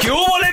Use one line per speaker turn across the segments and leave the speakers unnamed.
¿Qué húbole,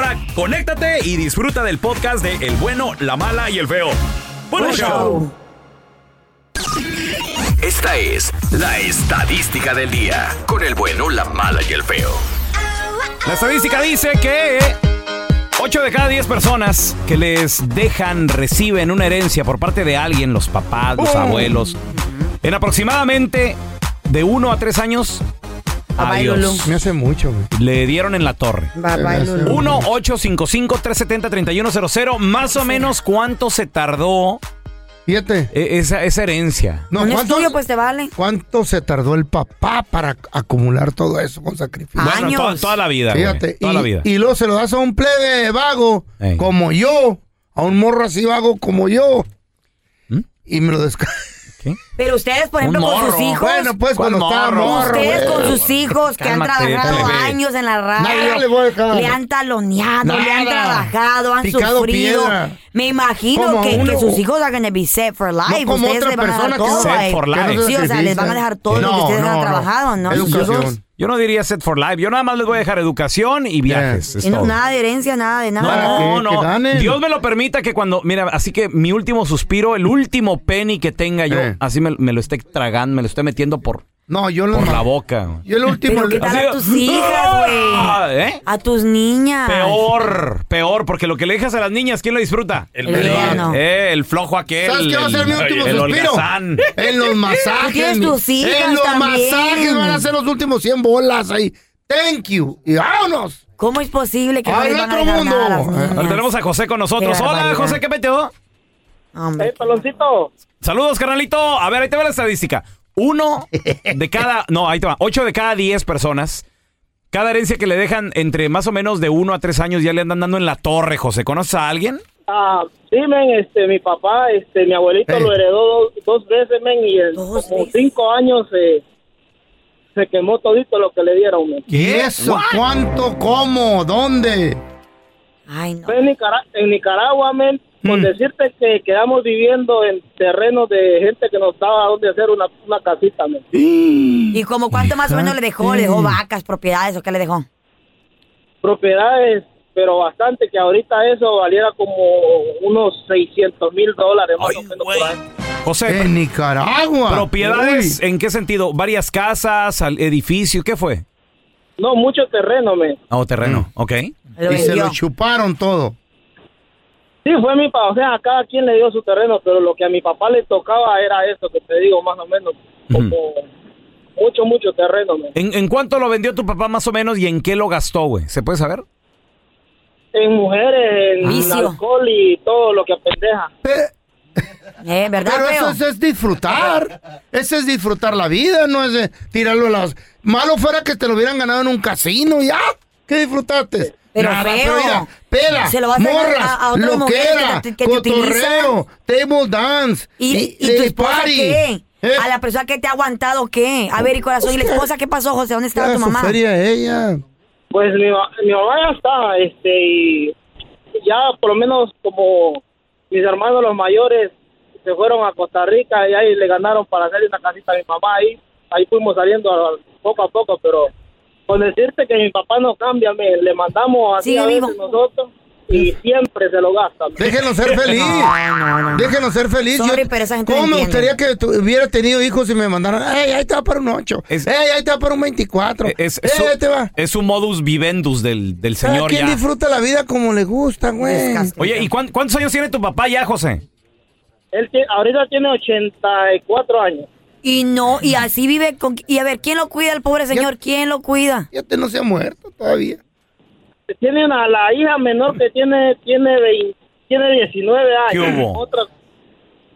conéctate y disfruta del podcast de El bueno, la mala y el feo. Buen
Buen
show.
show.
Esta es la estadística del día. Con el bueno, la mala y el feo.
La estadística dice que 8 de cada 10 personas que les dejan reciben una herencia por parte de alguien, los papás,
Oh.
los abuelos. En aproximadamente de 1 a 3 años, adiós.
Me hace mucho, güey.
Le dieron en la torre.
Se me hace mucho.
1-855-370-3100. Más o menos cuánto se tardó
Fíjate.
e- esa, esa herencia.
No,
un
¿cuántos-
estudio pues te vale.
¿Cuánto se tardó el papá para acumular todo eso con sacrificio?
Ah, Años.
toda, toda la vida. güey,
Fíjate,
toda
y,
la vida.
y luego se lo das a un plebe vago
Ey.
como yo, a un morro así vago como yo.
¿Mm?
Y me lo descargo.
Pero ustedes, por
Un
ejemplo, con sus
morro.
hijos.
Bueno, pues
¿Cuál
cuando estaba
morro?
morro.
Ustedes
güey.
con sus hijos que han
Cálmate,
trabajado
plebe.
años en la radio,
Nada le voy a dejar.
le han taloneado, le han
Nada.
trabajado, han
Picado
sufrido.
piedra.
Me imagino
Como
que,
uno-
que sus hijos are gonna be set for life.
como
ustedes
otra
le van a
persona
dejar
que
todo.
set
eh.
for life.
Que no
Sí, o sea, les van a dejar todo lo que
No,
ustedes
no,
han
no.
trabajado, ¿no? Sus hijos. eh,
Educación.
Yo no diría set for life. Yo nada más les voy a dejar educación y viajes. es
Y no,
todo.
nada de herencia, nada de nada.
Para
No,
que- que
no.
ganen.
Dios me lo permita que cuando. Mira, así que mi último suspiro, el último penny que tenga yo,
Eh.
así me, me lo esté tragando, me lo esté metiendo por,
No, yo lo
por la boca. güey.
Yo el último.
Pero ¿qué tal?
Así-
a tus hijas, güey.
Ah, ¿eh?
A tus niñas.
Peor, peor, porque lo que le dejas a las niñas, ¿quién lo disfruta?
El mediano.
Eh, el flojo aquel.
¿Sabes qué va a ser mi
el-
último
el
suspiro?
holgazán.
En los masajes.
Tienes
mi-
tus hijas
En los
también.
masajes van a ser los últimos 100 bolas ahí. Thank you. Y vámonos.
¿Cómo es posible que no
Ay,
les
el
van a
otro
dejar nada a las
mundo.
niñas?
Ahora tenemos a José con nosotros.
Qué
Hola,
barbaridad.
José, ¿qué metió?
Eh,
Hombre,
Saludos, carnalito. A ver, ahí te va la estadística. Uno de cada. No, ahí te va. Ocho de cada diez personas. Cada herencia que le dejan entre más o menos de uno a tres años ya le andan dando en la torre, José. ¿Conoces a alguien?
Ah, sí, men, este, mi papá, este, mi abuelito
Ey.
lo heredó dos, dos veces, men, y en
Dos
como
veces.
cinco años eh, se quemó todito lo que le dieron, men.
¿Y eso? ¿Cuánto? ¿Cómo? ¿Dónde?
Ay, no.
Fue en, Nicara- en Nicaragua, men, por
Mm.
decirte que quedamos viviendo en terrenos de gente que nos daba donde hacer una, una casita, men.
Mm.
¿Y como cuánto más o menos le dejó? ¿Le dejó vacas, propiedades o qué le dejó?
Propiedades, pero bastante, que ahorita eso valiera como unos 600 mil dólares, más o menos, por ahí.
José,
En Nicaragua.
¿propiedades
Uy.
en qué sentido? ¿Varias casas, al edificio? ¿Qué fue?
No, mucho terreno, men.
Oh, terreno. Ok.
Mm. Lo
Y se
vendió.
lo chuparon todo.
Sí, fue mi papá, o sea, a cada quien le dio su terreno, pero lo que a mi papá le tocaba era eso que te digo, más o menos, como mucho, mucho terreno. men.
¿En, en cuánto lo vendió tu papá más o menos y en qué lo gastó, güey? ¿Se puede saber?
En mujeres, en
Vicio.
alcohol y todo lo que pendeja.
Pe-
Eh, ¿Verdad,
Pero
feo?
eso es, es disfrutar. Ese es disfrutar la vida, no es de tirarlo a las. Malo fuera que te lo hubieran ganado en un casino, ya. ¿Qué disfrutaste?
Pero feo.
mira, pela,
Se lo vas a dar
morras,
a- a otra mujer
loquera,
que te- que te
cotorreo, table dance,
¿Y, y,
eh,
tu esposa
party.
qué?
Eh,
¿A la persona que te ha aguantado qué? A ver, y corazón, ¿y la esposa qué pasó, José? ¿Dónde estaba
ya
tu
su
mamá?
feria ella.
Pues mi, ma- mi mamá ya está, este, y ya por lo menos como mis hermanos los mayores se fueron a Costa Rica y ahí le ganaron para hacer una casita a mi mamá ahí, ahí fuimos saliendo a- poco a poco, pero con decirte que mi papá no cambia, me, le mandamos así
Sigue
a veces
vivo.
nosotros y siempre se lo gasta.
Déjenlo ser feliz. Déjenlo ser feliz.
Sorry,
Yo-
pero esa gente no
¿Cómo me
entiende.
gustaría que tu- hubiera tenido hijos y me mandaran? ¡Ey, ahí te va para un 8! ¡Ey, ahí te va para un 24!
Es,
¡Ey,
es su,
ahí te va!
es su modus vivendus del, del
Cada
señor
quien
ya.
disfruta la vida como le gusta, güey.
Oye, ¿y cuán- cuántos años tiene tu papá ya, José?
Él ti- ahorita tiene 84 años.
Y no, y así vive con... Y a ver, ¿quién lo cuida el pobre señor? ¿Quién lo cuida?
Ya te no se ha muerto todavía.
Tiene una, la hija menor que tiene tiene 20 tiene 19 años.
¿Qué hubo?
Otra,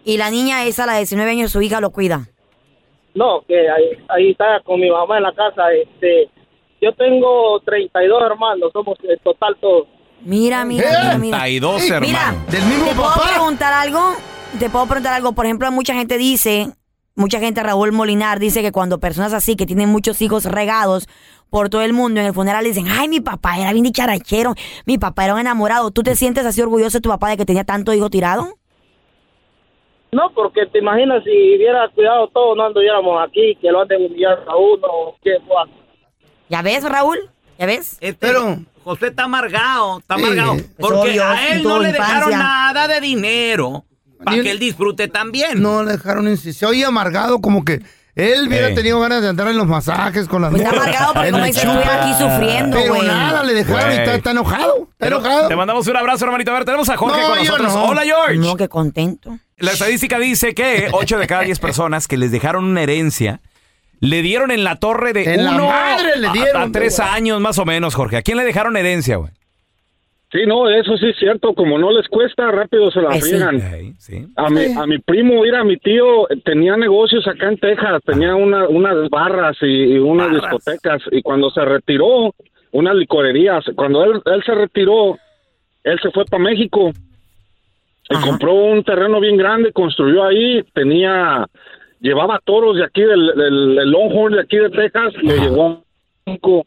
Y la niña esa, la de 19 años, su hija lo cuida.
no, que ahí, ahí está con mi mamá en la casa. Este, yo tengo 32 hermanos, somos en total todos.
Mira,
¿Eh?
mira, mira, mira.
32 hermanos.
¿Te puedo preguntar algo? ¿Te puedo preguntar algo? Por ejemplo, mucha gente dice, mucha gente, Raúl Molinar, dice que cuando personas así, que tienen muchos hijos regados por todo el mundo, en el funeral dicen, ay, mi papá era bien dicharachero, mi papá era un enamorado. ¿Tú te sientes así orgulloso de tu papá de que tenía tanto hijo tirado?
No, porque te imaginas si hubiera cuidado todo, no anduviéramos aquí, que lo anden humillando a uno. pues, Que, guau.
¿Ya ves, Raúl? ¿Ya ves?
Pero...
José está amargado, está amargado.
porque obvio, a él no tuvo le dejaron infancia.
nada de dinero
para que él
disfrute también.
No le dejaron insistir. Se oye amargado como que él hubiera
Eh.
tenido ganas de andar en los masajes con las
Pues está
morras,
amargado porque
en
como
el
dice, estuve
chupe.
aquí sufriendo,
Pero
güey.
nada, le dejaron y
Güey.
está, está enojado. Está
Pero-
enojado.
Te mandamos un abrazo, hermanito. A ver, tenemos a Jorge
No,
con
yo
nosotros.
no.
Hola, George.
No, que contento.
La estadística dice que 8 de cada 10 personas que les dejaron una herencia le dieron en la torre de
En la
1
madre le dieron,
a 3
güey.
años más o menos, Jorge. ¿A quién le dejaron herencia, güey?
Sí, no, eso sí es cierto. Como no les cuesta, rápido se la
Pues sí.
friegan.
Ey, sí.
A mi, a mi primo, mira, mi tío eh, tenía negocios acá en Texas,
Ah.
tenía una- unas barras y, y unas discotecas, y cuando se retiró, unas licorerías, cuando él, él se retiró, él se fue para México y compró un terreno bien grande, construyó ahí, tenía, llevaba toros de aquí, del, del- del Longhorn de aquí de Texas, lo llevó a México.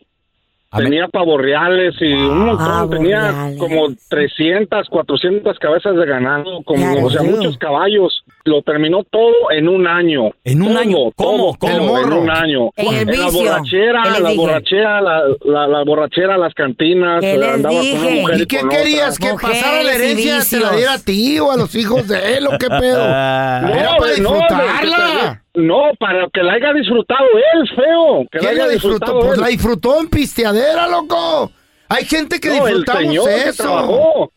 Tenía pavorreales y un
Ah,
montón, tenía como 300, 400 cabezas de ganado, como,
Claro,
o sea,
sí.
muchos caballos. Lo terminó todo en un año.
¿En un
Todo,
año? ¿Cómo?
Todo,
¿Cómo?
todo
El morro.
en un año.
En el
la
vicio.
borrachera,
¿Qué les
la
dije?
borrachera, la, la, la borrachera, las cantinas.
¿Qué
eh,
les
andaba con una
dije?
mujer
¿Y qué
con
querías?
otra.
¿Que
Mujeres
pasara la
y
herencia? ¿Se la
vicios.
diera a ti o a los hijos de él o qué pedo? Era
Ah.
para
güey, güey,
disfrutarla.
que te- No, para que la haya disfrutado él, feo. Que la
¿Quién
haya
la disfrutó?
disfrutado
Pues
él.
la disfrutó en pisteadera, loco. Hay gente que
No, el
disfrutamos
señor que
eso.
trabajó.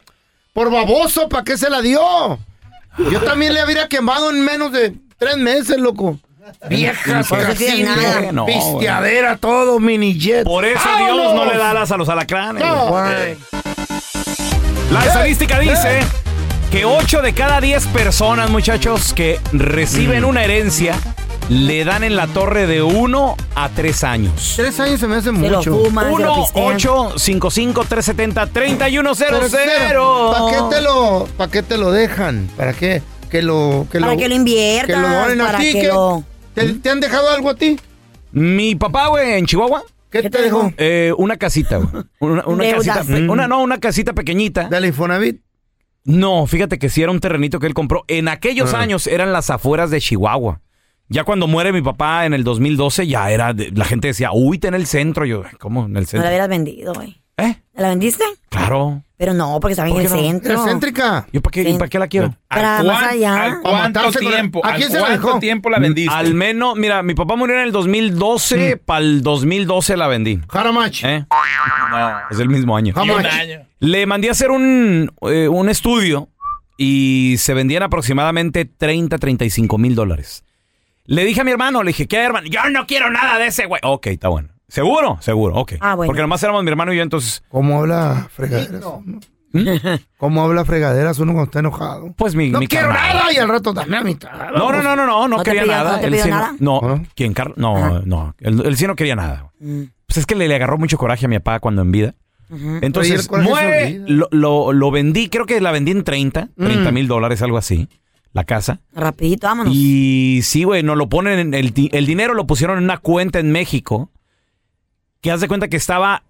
Por baboso, ¿para qué se la dio? Yo también le hubiera quemado en menos de tres meses, loco. Viejas,
Pues no tiene
casinos,
nada. No, güey.
pisteadera, todo, mini jet.
Por eso Dios no le da alas a los alacranes.
No,
güey.
güey.
La estadística dice que 8 de cada 10 personas, muchachos, que
Mm.
reciben una herencia le dan en la torre de 1 a 3 años.
Tres años se me hace
Se lo
mucho.
fuman, se lo
1
pistean.
8 55 370
Pero
3100
cero, ¿Para qué te lo, para qué te lo dejan? ¿Para qué? Que lo, que
Para
lo,
que lo inviertas,
que lo donen a
para
ti,
que
que-
lo...
¿Te, te han dejado algo a ti?
Mi papá, güey, en Chihuahua,
¿Qué, te dejó?
eh, una casita, güey. Mm. Una, una
Deudas.
casita. pe- Una, no, una casita pequeñita.
Dale Infonavit.
No, fíjate que sí era un terrenito que él compró. En aquellos
Ah.
años eran las afueras de Chihuahua. Ya cuando muere mi papá en el 2012, ya era. de- la gente decía, uy, está en el centro. Yo, ¿cómo? En el
No la
centro.
hubieras vendido, güey.
¿Eh?
¿La vendiste?
Claro.
Pero no, porque está bien
¿Por
en el
qué no?
centro.
Era céntrica.
¿Yo para qué,
Sí.
¿para qué la quiero?
Para más allá.
¿Cuánto tiempo? ¿A quién se la dejó?
la vendiste? Al menos, mira, mi papá murió en el 2012. Para el 2012 la vendí.
Jaramach.
¿Eh? Es el mismo año.
How much?
Le mandé a hacer un, eh, un estudio y se vendían aproximadamente 30, 35 mil dólares. Le dije a mi hermano, le dije, ¿qué hermano? Yo no quiero nada de ese güey. Ok, está bueno. ¿Seguro? Seguro, ok.
Ah, bueno.
Porque nomás éramos mi hermano y yo, entonces,
¿Cómo habla fregaderas? ¿Mm? ¿Cómo habla fregaderas uno cuando está enojado?
pues mi,
No
mi
quiero
carnal.
nada y al rato dame a mitad.
No, no, no, no, no, no,
¿No te
quería
pidió-
nada.
no te
Él
pidió
sí
nada?
No,
Ajá.
¿quién? Car- no, no, él, él sí no quería nada.
Mm.
Pues es que le, le agarró mucho coraje a mi papá cuando en vida.
Oye, el
Entonces,
coraje se
muere,
olvida.
lo, lo- lo vendí, creo que la vendí en 30, 30 mil dólares, algo así, la casa.
Mm. Rapidito, vámonos.
Y sí, güey, nos lo ponen, en el, di- el dinero lo pusieron en una cuenta en México, que haz de cuenta que estaba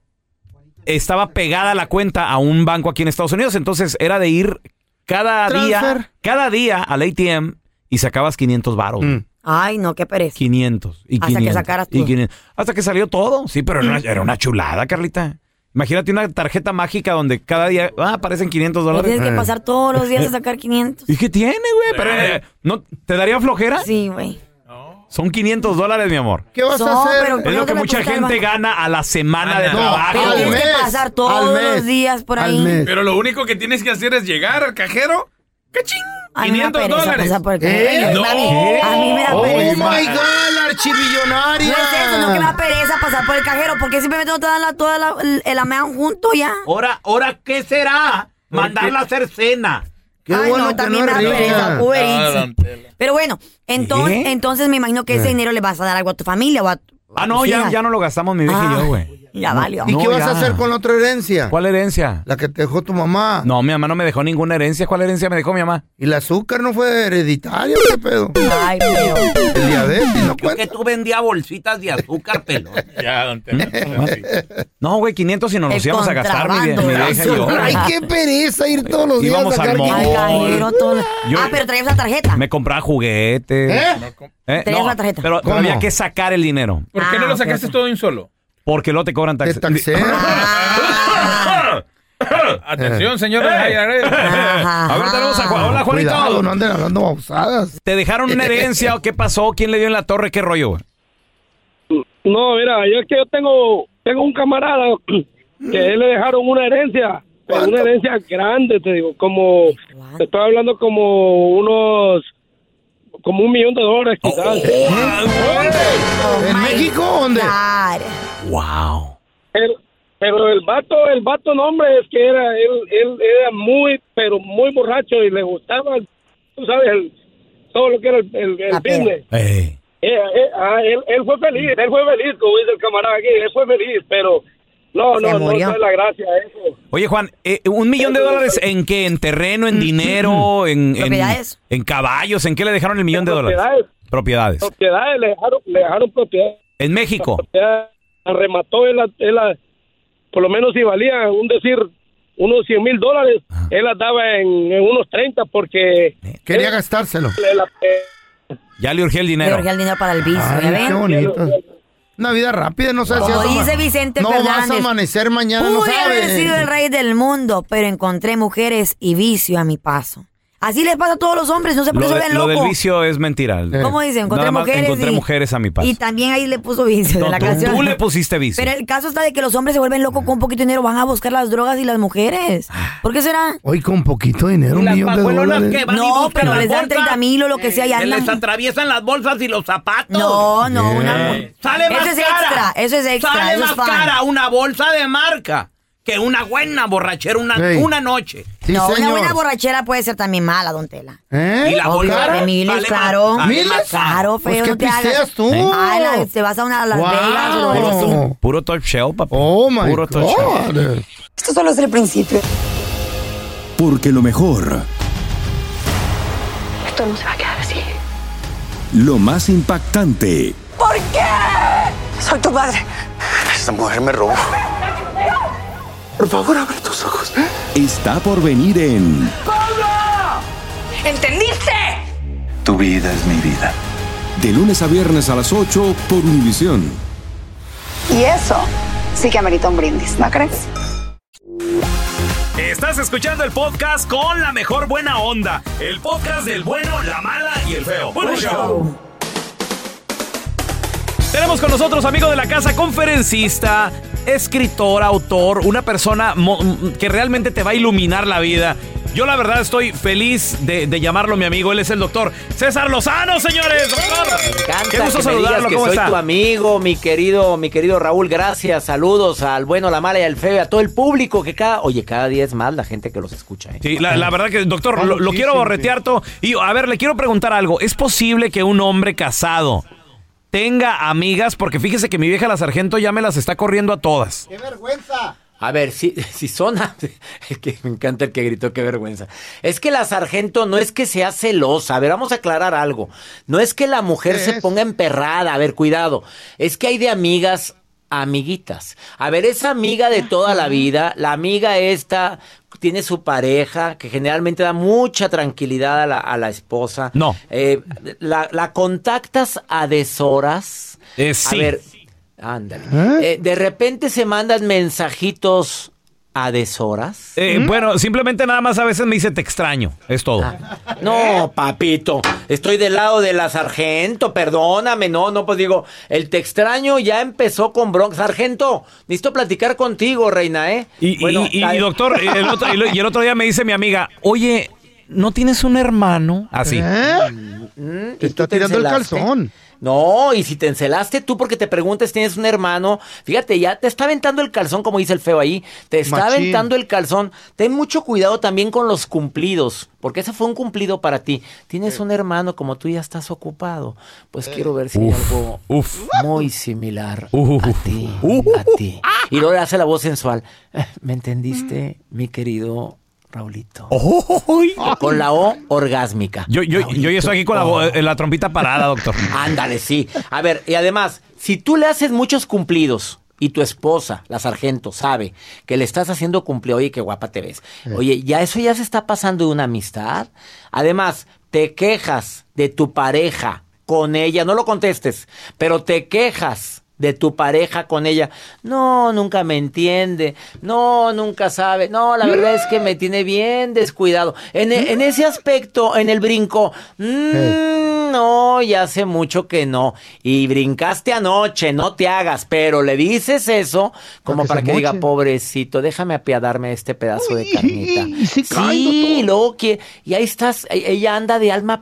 estaba pegada la cuenta a un banco aquí en Estados Unidos, entonces era de ir cada día,
Transfer.
cada día al ATM y sacabas 500 baros.
Ay, no, qué pereza.
500 y
Hasta
500.
que sacaras Mm.
y
todo.
500. Hasta que salió todo. Sí, pero era una, era una chulada, Carlita. Imagínate una tarjeta mágica donde cada día ah, aparecen 500
Pero
dólares.
Tienes que pasar todos los días a sacar 500.
¿Y qué tiene, güey? Pero, eh, ¿no, ¿Te daría flojera?
Sí, güey.
Son 500 dólares, mi amor.
¿Qué vas a No, hacer? pero
es
¿cuándo
lo que
te la
mucha
pusiste al
gente
banco?
gana a la semana de
No,
trabajo.
Pero tienes
güey.
que pasar todos
al mes,
los días por ahí.
Pero lo único que tienes que hacer es llegar al cajero. ¡Cachín!
Ay, me da
500
pereza
dólares.
pasar por el cajero.
¿Eh?
Yo,
No.
mami, A mí me da
Oh,
pereza.
my God,
la archimillonaria.
No es eso, no que me da pereza pasar por el cajero, porque simplemente no te dan la, toda la, el, el amount junto ya.
Ahora, ahora, ¿qué será? Mandarla a hacer cena.
Qué Ay, bueno no, que también no es me da rica. pereza, Uber Eats. Pero bueno, entonces,
¿Eh?
entonces me imagino que ese
Eh.
dinero le vas a dar algo a tu familia o a tu-
Ah, no, ya, ya no lo gastamos mi vieja y yo, güey.
Ah, Ya valió.
¿Y qué vas a hacer con la otra herencia?
¿Cuál herencia?
La que te dejó tu mamá.
No, mi mamá no me dejó ninguna herencia. ¿Cuál herencia me dejó mi mamá?
¿Y el azúcar no fue hereditario? ¿Qué pedo?
Ay, pero.
El diabetes, ¿no?
que tú vendías bolsitas de azúcar, pelón.
Ya, don Tela.
No, güey, 500 y nos los
El
íbamos a gastar, mi, vie- mi vieja y yo.
Ay, qué pereza ir todos los días
Íbamos
a
al
sacar
mall.
quinientos.
Cajero, todo lo-
Yo-
Ah, pero traías la tarjeta.
Me compraba juguetes.
¿Eh?
Eh,
Tenías la tarjeta.
Pero, pero
¿Cómo?
había que sacar el dinero.
¿Por qué no lo sacaste todo de un solo?
Porque luego te cobran taxes.
Ah. Atención, señor. A
A ver, tenemos Eh. a Juan. Hola, Juanito.
Ah, Cuidado, no anden hablando abusadas.
¿Te dejaron una herencia o qué pasó? ¿Quién le dio en la torre? ¿Qué rollo? güey?
No, mira, yo es que yo tengo, tengo un camarada que a él le dejaron una herencia, pero una herencia grande, te digo, como, te estoy hablando como unos, como un millón de dólares quizás.
¿En México dónde?
Wow.
El- pero el vato, el vato nombre es que era, él, él era muy, pero muy borracho y le gustaba, tú sabes, el- todo lo que era el, el, el business. Eh, eh, ah, él, él fue feliz, él fue feliz, como dice el camarada aquí, él fue feliz, pero no,
Se
no, no,
murió.
no es la gracia eso.
Oye, Juan, eh, ¿un millón de dólares en qué? ¿En terreno, en dinero, en, en,
Propiedades.
en caballos? ¿En qué le dejaron el millón de dólares?
Propiedades,
Propiedades.
propiedades, le dejaron, le dejaron propiedades.
En México.
La remató, él, la- él la- por lo menos si valía, un decir, unos 100 mil dólares, él las daba en, en unos 30 porque...
Quería gastárselo.
él- la- eh,
Ya le urgía el dinero.
Le urgía el dinero para el vicio,
Ay,
¿ya ven?
qué bonito. Una vida rápida, no sabes si
Como
vas a ama-
dice Vicente
No
Fernández.
vas a amanecer mañana, no
Pude haber
sabes.
sido el rey del mundo, pero encontré mujeres y vicio a mi paso. Así les pasa a todos los hombres, no sé por qué
Lo,
se
de-
ven
lo del
locos.
vicio es mentira.
Eh.
¿Cómo dicen? Encontré
Nada más
mujeres
encontré
y-
mujeres a mi paso.
Y también ahí le puso vicio de
No,
la
tú-
canción.
tú le pusiste vicio.
Pero el caso está de que los hombres se vuelven locos con un poquito de dinero, van a buscar las drogas y las mujeres.
Ah.
¿Por qué será?
Hoy con poquito dinero, un millón de dólares.
No, pero les dan 30 mil o lo que sea y andan.
atraviesan las bolsas y los zapatos.
No, no,
Yeah.
una.
Sale más
eso es
cara.
extra, eso es extra.
Sale
eso
más
es fun.
cara una bolsa de marca que una buena borrachera una,
Ey.
una noche.
no, una buena borrachera puede ser también mala, don Tela.
¿Eh?
Y la
Oh,
bolsa
claro, de miles,
sale más-
claro.
sale ¿Miles? más cara.
Claro,
Pues,
feo.
¿qué
no te hagas.
pisteas tú? ¿Eh?
Ay, la- te vas a una a Las Vegas o lugares así.
Puro top shell, papá. Oh, my Puro top shell.
Esto solo es el principio.
Porque lo mejor,
Esto no se va a quedar así.
lo más impactante,
¿Por qué? Soy tu madre.
Esta mujer me robó.
Por favor, abre tus ojos.
está por venir en
¡Pablo! ¿Entendiste?
Tu vida es mi vida. De lunes a viernes a las 8 por Univisión.
Y eso sí que amerita un brindis, ¿no crees?
Estás escuchando el podcast con la mejor buena onda. El podcast del bueno, la mala y el feo. Bueno, show. Tenemos con nosotros, amigo de la casa, conferencista, escritor, autor, una persona mo- m- que realmente te va a iluminar la vida. Yo la verdad estoy feliz de, de llamarlo mi amigo. Él es el doctor César Lozano, señores. Doctor. Qué
encanta
gusto
que me
saludarlo.
digas que
¿Cómo
soy
está?
tu amigo, mi querido, mi querido Raúl. Gracias, saludos al bueno, la mala y al feo y a todo el público que cada, oye, cada día es más la gente que los escucha. ¿eh?
Sí, la, la verdad que, doctor, lo, lo quiero borretear todo. Y a ver, le quiero preguntar algo. ¿Es posible que un hombre casado tenga amigas? Porque fíjese que mi vieja la sargento ya me las está corriendo a todas.
¡Qué vergüenza!
A ver, si, si son... Es que me encanta el que gritó, qué vergüenza. Es que la sargento no es que sea celosa. A ver, vamos a aclarar algo. No es que la mujer se ponga emperrada. A ver, cuidado. Es que hay de amigas amiguitas. A ver, esa amiga de toda la vida, la amiga esta, tiene su pareja, que generalmente da mucha tranquilidad a la, a la esposa.
No.
Eh, la, la contactas a deshoras.
Eh, sí.
A ver, ándale. Eh, de repente se mandan mensajitos a deshoras.
Eh, Bueno, simplemente nada más a veces me dice te extraño, es todo.
Ah. No, papito, estoy del lado de la sargento, perdóname, no, no, pues digo, el te extraño ya empezó con Bronx. Sargento, necesito platicar contigo, reina, ¿eh?
Y, y-
Bueno,
y-
la-
y, doctor, y el, otro, y lo- y el otro día me dice mi amiga, oye, ¿no tienes un hermano? Así.
Mm, ¿y
¿Eh? Te está
tú
tirando el
encelaste?
calzón.
No, y si te encelaste tú porque te preguntas, tienes un hermano, fíjate, ya te está aventando el calzón, como dice el feo ahí, te está
Machín.
aventando el calzón. Ten mucho cuidado también con los cumplidos, porque ese fue un cumplido para ti. Tienes un hermano, como tú ya estás ocupado, pues quiero ver si hay algo muy similar a ti, a ti. Y luego le hace la voz sensual. ¿Me entendiste,
Mm.
mi querido Raulito? Con la O orgásmica.
Yo, yo, yo ya estoy aquí con la, bo- eh, la trompita parada, doctor.
Ándale, sí. A ver, y además, si tú le haces muchos cumplidos y tu esposa, la sargento, sabe que le estás haciendo cumplido, oye, qué guapa te ves. Oye, ya eso ya se está pasando de una amistad. Además, te quejas de tu pareja con ella, no lo contestes, pero te quejas de tu pareja con ella. No, nunca me entiende. No, nunca sabe. No, la verdad es que me tiene bien descuidado. En, e- en ese aspecto, en el brinco, mm, no, ya hace mucho que no. Y brincaste anoche, no te hagas, pero le dices eso como
Para
para que,
que se
diga,
moche.
pobrecito, déjame apiadarme de este pedazo de carnita.
sí cae,
sí, y luego que, y ahí estás, e- ella anda de alma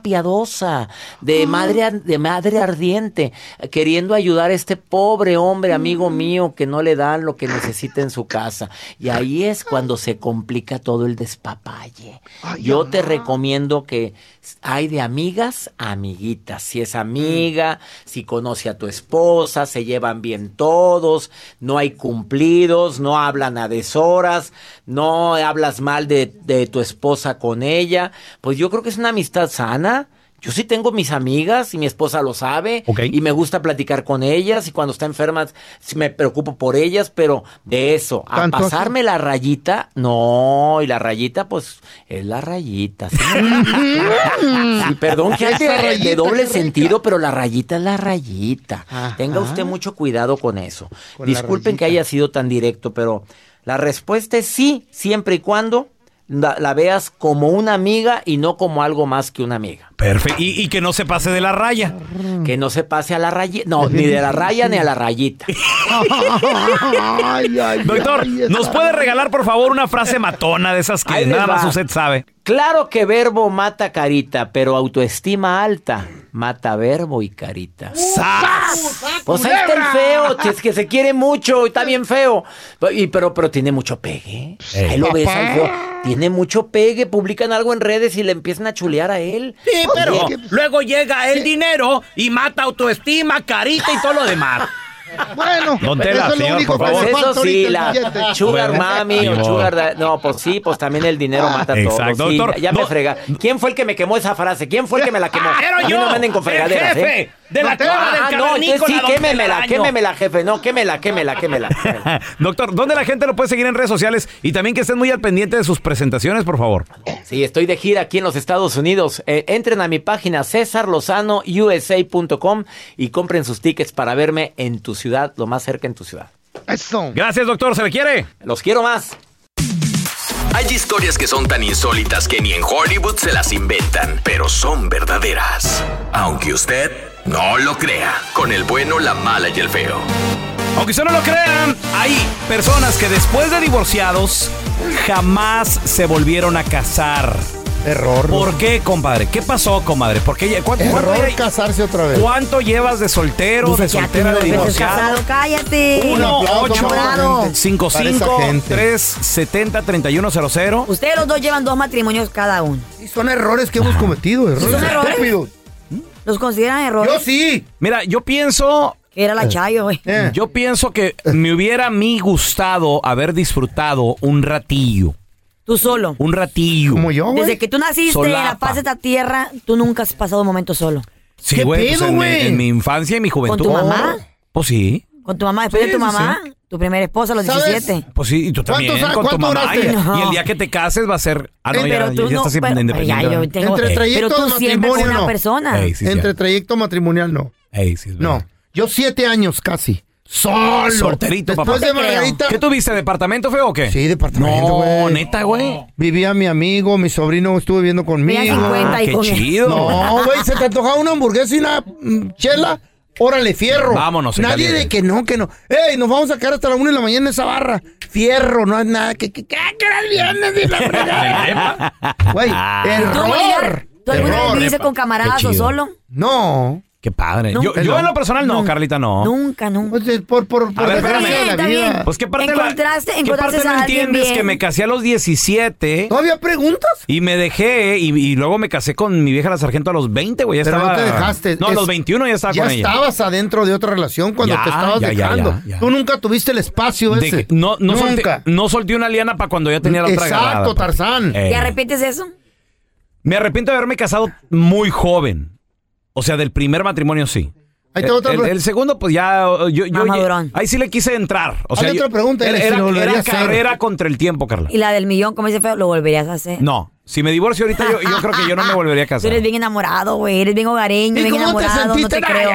Ah.
piadosa, de madre, ar- de madre ardiente, queriendo ayudar a este pobre hombre,
Mm.
amigo mío, que no le dan lo que necesita en su casa. Y ahí es cuando se complica todo el despapalle. Yo te recomiendo que s- hay de amigas a amiguitas. Si es
Mm.
amiga, si conoce a tu esposa, se llevan bien todos, no hay cumplidos, no hablan a deshoras, no hablas mal de, de tu esposa con ella. Pues yo creo que es una amistad sana. Yo sí tengo mis amigas y mi esposa lo sabe y me gusta platicar con ellas y cuando está enferma sí me preocupo por ellas, pero de eso, a
¿Tanto así?
pasarme la rayita, no, y la rayita pues es la rayita. sí.
Mm.
Sí, perdón que
Esa
haya de-
rayita,
de doble
qué rica.
sentido, pero la rayita es la rayita. Tenga usted mucho cuidado con eso.
Con la
Disculpen que haya sido tan directo, pero la respuesta es sí, siempre y cuando la, la veas como una amiga y no como algo más que una amiga.
Perfecto. Y, y que no se pase de la raya.
Que no se pase a la raya. No, ni de la raya ni a la rayita.
Doctor, ¿nos puede regalar por favor una frase matona de esas que
Ahí les
nada más
va.
usted sabe?
Claro que verbo mata carita, pero autoestima alta mata verbo y carita. Pues ahí está el feo, si es que se quiere mucho, está bien feo. Y, pero, pero tiene mucho pegue. Ahí lo ves al feo. Tiene mucho pegue, publican algo en redes y le empiezan a chulear a él.
Sí, pero
luego llega el dinero y mata autoestima, carita y todo lo demás.
Bueno,
Don Tela, eso
eso
es lo señor, único por que favor. le falta
Eso sí,
ahorita el
la
billete.
sugar
Bueno.
mami
Ni
o
modo.
sugar... da- No, pues sí, pues también el dinero mata
Ah,
todo.
Exacto,
sí,
doctor.
Ya me frega. ¿Quién fue el que me quemó esa frase? ¿Quién fue el que me la quemó?
¡Era
A mí
Ah, yo,
no me anden con
el
fregaderas,
jefe
¿eh?
de la
No,
cueva del
Ah, no, entonces sí,
cavernícola, don
quémemela,
Telaraño.
quémemela, jefe. No, quémela, quémela, quémela.
Doctor, ¿dónde la gente lo puede seguir en redes sociales? Y también que estén muy al pendiente de sus presentaciones, por favor.
Sí, estoy de gira aquí en los Estados Unidos. Eh, entren a mi página cesarlozanousa.com y compren sus tickets para verme en tu ciudad, lo más cerca en tu ciudad.
Eso.
Gracias, doctor, se le quiere.
Los quiero más.
Hay historias que son tan insólitas que ni en Hollywood se las inventan, pero son verdaderas. Aunque usted no lo crea, con el bueno, la mala y el feo.
Aunque usted no lo crean, hay personas que después de divorciados jamás se volvieron a casar.
Error.
¿Por qué, compadre? ¿Qué pasó, comadre? ¿Por qué? ¿Cuánto, cuánto
Error
ya-
casarse otra vez.
cuánto llevas de soltero, de soltera, de
Veces
divorciado?
casado, cállate.
Un aplauso,
Enamorado.
55-370-3100.
Ustedes los dos llevan dos matrimonios cada uno.
Y son errores que hemos cometido, errores estúpidos.
¿Mm? ¿Los consideran errores?
sí.
Mira, yo pienso.
Que era la chayo, güey.
Eh.
Yo pienso que me hubiera a mí gustado haber disfrutado un ratillo.
¿Tú solo?
Un ratillo. Como yo,
Desde que tú naciste en la
Solapa.
paz de esta tierra, tú nunca has pasado un momento solo.
pues Sí, güey. pues en, mi- en mi infancia y mi juventud.
tu mamá?
Pues sí.
Con tu mamá, después
Sí,
de tu
sí,
mamá, tu primera esposa a los
¿Sabes?
17.
Pues sí, y tú también
¿Cuántos-
con tu
cuánto
mamá. Y,
duraste? No.
y el día que te cases va a ser. Ah, no,
Pero
ya,
tú
ya
no,
estás
pero-
independiente.
ya, yo tengo-
Ey.
Entre trayecto
Pero tú siempre con
matrimonial,
una
no.
persona. Ey, sí,
Entre
cierto.
trayecto matrimonial, no. no. Yo siete años casi. Solo.
Solterito, papá.
Después de Margarita.
¿Qué tuviste? ¿Departamento feo o qué?
Sí, departamento,
No,
güey.
neta, güey.
Vivía mi amigo, mi sobrino estuvo viviendo conmigo.
Tenía 50 y Ah, qué con- chido.
No, güey, se te antojaba una hamburguesa y una mm, chela. Órale, fierro.
Vámonos, se
Nadie
calienta.
de que no, que no. Ey, nos vamos a quedar hasta la una de la mañana en esa barra. Fierro, no es nada. Que, que, que, que era el viernes y la fregada. Güey,
¿Tú,
error.
Edgar, ¿Tú alguna vez
Error,
viviste
epa.
con camaradas
Ah, Qué
o
chido.
solo?
No.
Qué padre. Yo,
Nunca,
yo
no.
en lo personal no,
No.
Carlita, no.
Nunca, nunca.
Pues, eh, por, por,
A ver, espérame.
Está bien.
Pues qué parte la-
encontraste,
¿Qué
encontraste
parte
a
no
alguien
entiendes
bien.
que me casé a los 17?
¿Todavía preguntas?
Y me dejé y, y luego me casé con mi vieja la sargento a los 20, güey. Ya
Pero
estaba.
no te dejaste.
No, a
Es-
los 21 ya estaba
ya
con ella.
estabas adentro de otra relación cuando
Ya,
te estabas
ya, ya,
dejando.
ya, ya.
Tú nunca tuviste el espacio
De
ese.
que- no, no, solté,
nunca.
no solté una liana para cuando ya tenía la otra
Exacto,
agarrada, pa.
Tarzán.
Eh,
¿Te arrepientes de eso?
me arrepiento de haberme casado muy joven. O sea, del primer matrimonio sí.
Ahí
El,
te va otra
el-
pre-
el segundo, pues ya. Yo, yo-
Más madurón.
ahí sí le quise entrar. O sea,
Hazle
yo-
otra pregunta,
era,
Alex, si lo
era-
volverías a
era
hacer.
carrera contra el tiempo, Carla.
Y la del millón, como dice Feo, lo volverías a hacer.
No, si me divorcio ahorita, yo, yo creo que yo no me volvería a
Tú
casar.
eres bien enamorado, güey. Eres bien hogareño,
¿Y
bien
cómo te
enamorado. No
sentiste?
te creo.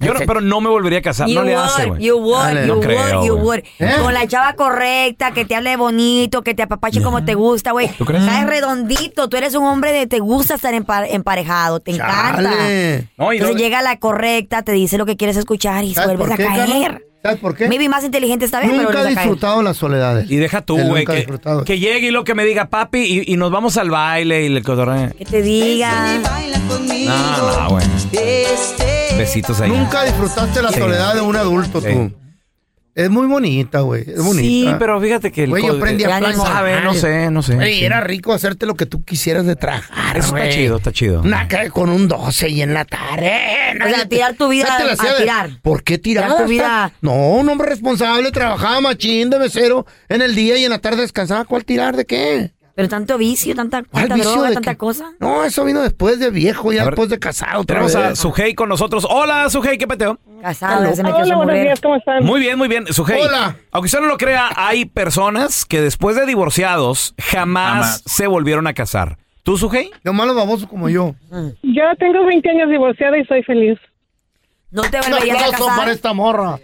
Yo no- pero no me volvería a casar.
You
no le hace,
would,
güey.
you would,
Dale.
you
No
would,
creo,
you
güey.
would.
¿Eh?
Con la chava correcta, que te hable bonito, que te apapache como te gusta, güey.
¿Tú crees?
Estás redondito, tú eres un hombre de te gusta estar empa- emparejado, te encanta.
No, y
Entonces
no-
llega la correcta, te dice lo que quieres escuchar y vuelves a
qué, Carla?
caer.
¿Sabes por qué?
Maybe más inteligente esta vez, pero
Nunca he
vuelves a caer.
disfrutado las soledades.
Y deja tú,
Él
güey,
nunca ha
que,
disfrutado.
que llegue y lo que me diga papi y, y nos vamos al baile y le cotorreo.
Que te diga.
No, no, güey. Besitos ahí.
Nunca disfrutaste la
Sí.
soledad de un adulto,
Sí.
tú. Es muy bonita, güey. Es bonita.
Sí, pero fíjate que el
Güey, yo
co-
aprendí
el
a
ánimo- sabe, no sé, no sé,
Güey,
sí.
era rico hacerte lo que tú quisieras de trabajar,
Eso está
güey.
chido, está chido.
Una ca- con un 12 y en la tarde. eh,
O sea, tirar tu vida
Vete la
a
ciudad de-
tirar.
¿Por qué tirar?
Tirar tu vida.
No, un hombre responsable trabajaba machín de mesero en el día y en la tarde descansaba. ¿Cuál tirar de qué?
Pero tanto vicio, tanta,
¿Cuál
tanta
vicio
droga,
de
tanta
qué?
cosa.
No, eso vino después de viejo, ya después de casado. otra
Tenemos a
vez.
Sujei con nosotros. Hola, Sujei, ¿qué peteo?
Casado, se me
Hola,
quiso
buenos
morir.
días, ¿cómo están?
Muy bien, muy bien. Sujei.
Hola.
Aunque usted no lo crea, hay personas que después de divorciados jamás,
Jamás.
se volvieron a casar. ¿Tú, Sujei?
Lo malo baboso como yo.
Yo tengo 20 años divorciada y soy feliz.
No te
Un
volverías a
aplauso para
casar.
esta morra.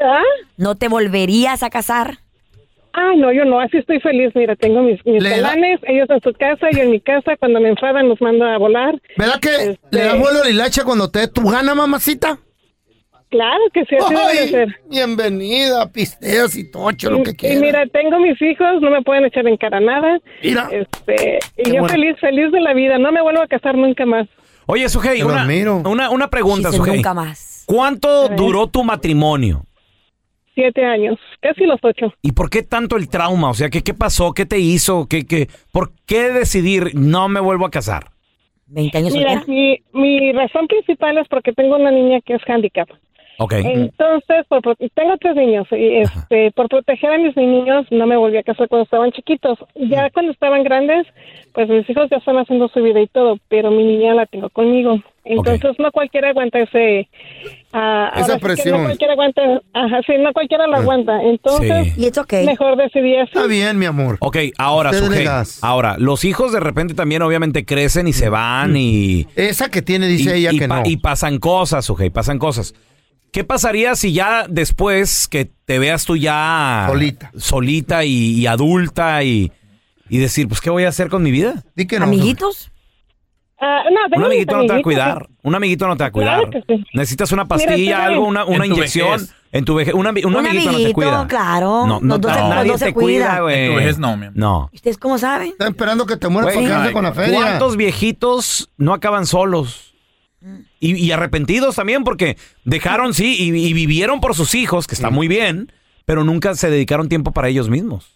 ¿Ah?
No te volverías a casar.
Ah, no, yo no, así estoy feliz. Mira, tengo mis, mis
Le da-
galanes, ellos en su casa, yo en mi casa. Cuando me enfadan, los mando a volar.
¿Verdad que le
Este,
das vuelo a la hilacha cuando te dé tu gana, mamacita?
Claro que sí, así debe de
Ay,
ser.
bienvenida, pisteas y tocho, lo que
Y, y
quieras.
mira, tengo mis hijos, no me pueden echar en cara nada.
Mira.
Este, y
Qué
yo
bueno.
feliz, feliz de la vida. No me vuelvo a casar nunca más.
Oye, Sujei,
Te lo
una, una, una pregunta,
Dice
Sujei.
nunca más.
¿Cuánto
A ver.
duró tu matrimonio?
Siete años, casi los ocho.
¿Y por qué tanto el trauma? O sea, ¿qué, qué pasó? ¿Qué te hizo? ¿Qué, qué, ¿Por qué decidir no me vuelvo a casar?
20 años
Mira, mi, mi razón principal es porque tengo una niña que es handicap.
Ok.
Entonces, por pro- tengo tres niños y este, por proteger a mis niños no me volví a casar cuando estaban chiquitos. Ya cuando estaban grandes, pues mis hijos ya están haciendo su vida y todo, pero mi niña la tengo conmigo. Entonces, no cualquiera aguanta ese... ah,
Esa
ahora sí que
presión.
No cualquiera aguanta, ajá, sí, no cualquiera
Ah,
la aguanta. Entonces,
Y esto
mejor decidí así.
Está bien, mi amor.
Ok, ahora,
Usted
Sujei,
le das.
ahora, los hijos de repente también obviamente crecen y se van y...
Mm. Esa que tiene, dice
y-
ella
y
que
pa-
no.
Y pasan cosas, Sujei, pasan cosas. ¿Qué pasaría si ya después que te veas tú ya... Solita. Solita y, y adulta y, y decir, pues, ¿qué voy a hacer con mi vida?
Di que
¿Amiguitos?
Ah, no,
Un
tengo mis
amiguito no te va a
amiguitos,
cuidar. Un amiguito no te va a cuidar.
pues. Claro que sí.
Necesitas una pastilla,
Mira, este tú
algo,
ven.
una, una
En tu
inyección.
vejez.
En tu vejez. Un, ami- un
Un
amiguito no te
amiguito,
cuida.
claro.
No, no,
Los dos
no,
se- los
nadie
dos se
te cuida,
cuidan.
güey.
En tu vejez no, mi amor.
No.
¿Ustedes cómo saben?
Está esperando que te mueras
Güey,
para quedarse con la feria.
¿Cuántos viejitos no acaban solos? Y, y arrepentidos también porque dejaron, sí, y, y vivieron por sus hijos, que está muy bien, pero nunca se dedicaron tiempo para ellos mismos.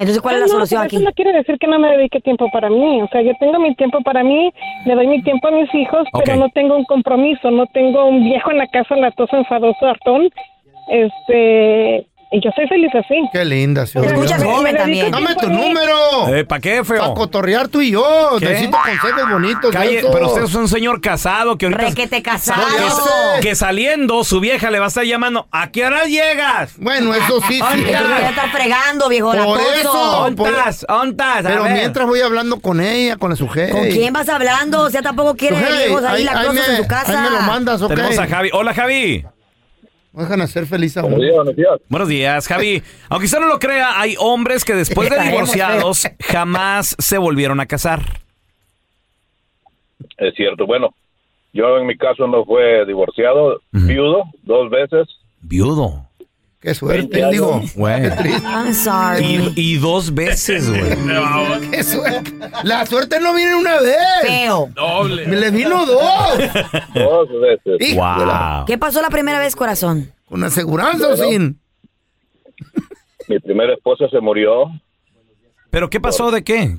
Entonces, ¿cuál
Ah,
es la
no,
solución
pero
aquí?
Eso no quiere decir que no me dedique tiempo para mí. O sea, yo tengo mi tiempo para mí, le doy mi tiempo a mis hijos,
Ok.
pero no tengo un compromiso, no tengo un viejo en la casa latoso, enfadoso, hartón. Este,
Y yo soy feliz así.
Qué linda, sí.
Escúchame,
Dios.
joven
Me
también.
dedico Dame tu número.
¿Para Eh, qué, feo?
Para cotorrear tú y yo.
¿Qué?
Necesito consejos bonitos.
Calle,
de eso.
pero usted es un señor casado que ahorita.
Requete casado.
Que, que saliendo su vieja le va a estar llamando. ¿A qué hora llegas? Ah,
Bueno, eso sí, sí.
Ay, que tú voy a estar fregando, viejo
Por
latoso.
eso.
¿Ontas? ¿Ontas?
Pero mientras voy hablando con ella, con la sujeta.
¿Con quién vas hablando? O sea, tampoco quieres
Sujei,
viejos ahí,
ahí- ahí
lacrosos
me-
en tu casa.
ahí me lo mandas, ok.
Tenemos a Javi. Hola, Javi.
Dejan hacer feliz a uno.
buenos días. Buenos días, Javi. Aunque usted no lo crea, hay hombres que después de
Estaremos
divorciados jamás se volvieron a casar.
Es cierto. Bueno, yo en mi caso no fue divorciado, viudo dos veces.
Viudo.
Qué suerte,
años.
digo.
Güey.
I'm sorry.
Y, y dos veces, güey.
Qué suerte. La suerte no viene una vez.
Feo.
Doble. Le vino dos.
Dos veces.
Hijo de la-
¿Qué pasó la primera vez, corazón?
¿Con aseguranza o
Bueno.
sin?
Mi primera esposa se murió,
¿Pero qué pasó? ¿De qué? Eh,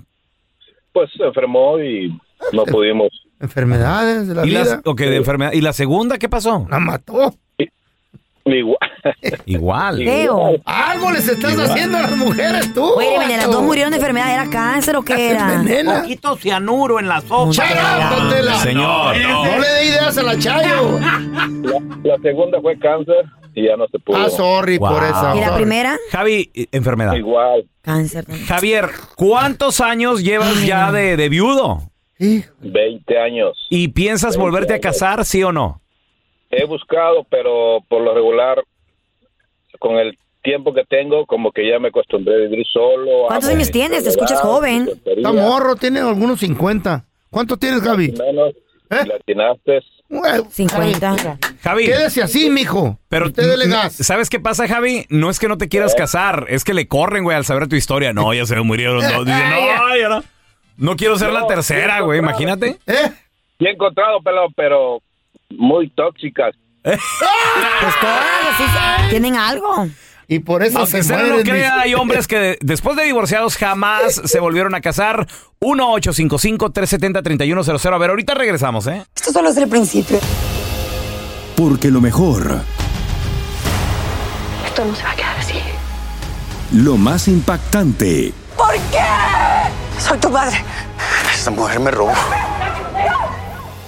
pues se enfermó y no pudimos.
Enfermedades de la
¿Y,
vida.
las- ok, de enfermedad. ¿Y la segunda qué pasó?
La mató.
Igual.
Igual.
Feo.
Algo les estás haciendo a las mujeres tú.
Oye, mira, las
vato.
dos murieron de enfermedad. ¿Era cáncer o qué era?
Nena.
Poquito cianuro en la sopa.
Póntela.
Señor.
No, le dé ideas a la Chayo.
La, la segunda fue cáncer y ya no se pudo.
Ah, sorry por esa.
¿Y la
sorry.
primera?
Javi, eh, enfermedad.
Igual.
Cáncer.
Javier, ¿cuántos años llevas ya de, de viudo?
20 años.
¿Y piensas volverte a casar, sí o no?
He buscado, pero por lo regular, con el tiempo que tengo, como que ya me acostumbré a vivir solo.
¿Cuántos
amo
años
mi
tienes? Te
soledad,
escuchas
mi
joven.
soltería.
Está morro, tiene algunos 50. ¿Cuánto tienes, Gaby?
Menos.
¿Eh?
Latinaste.
50.
Javi.
Quédese así, mijo.
Pero
Usted dele
n-
gas.
¿Sabes qué pasa, Javi? No es que no te quieras casar, es que le corren, güey, al saber tu historia. No, ya se me murieron dos. Dice, no, ya no. No quiero ser la
No,
tercera,
bien
güey,
comprado.
imagínate.
¿Eh?
Sí he encontrado, pero, pero muy tóxicas.
Pues todas sí, tienen algo.
Y por eso
Aunque
se
usted no
mueren.
lo crea, hay hombres que de- después de divorciados jamás se volvieron a casar. 1-855-370-3100. A ver, ahorita regresamos, ¿eh?
Esto solo es el principio.
Porque lo mejor,
Esto no se va a quedar así.
lo más impactante,
¿Por qué? Soy tu padre.
Esta mujer me robó.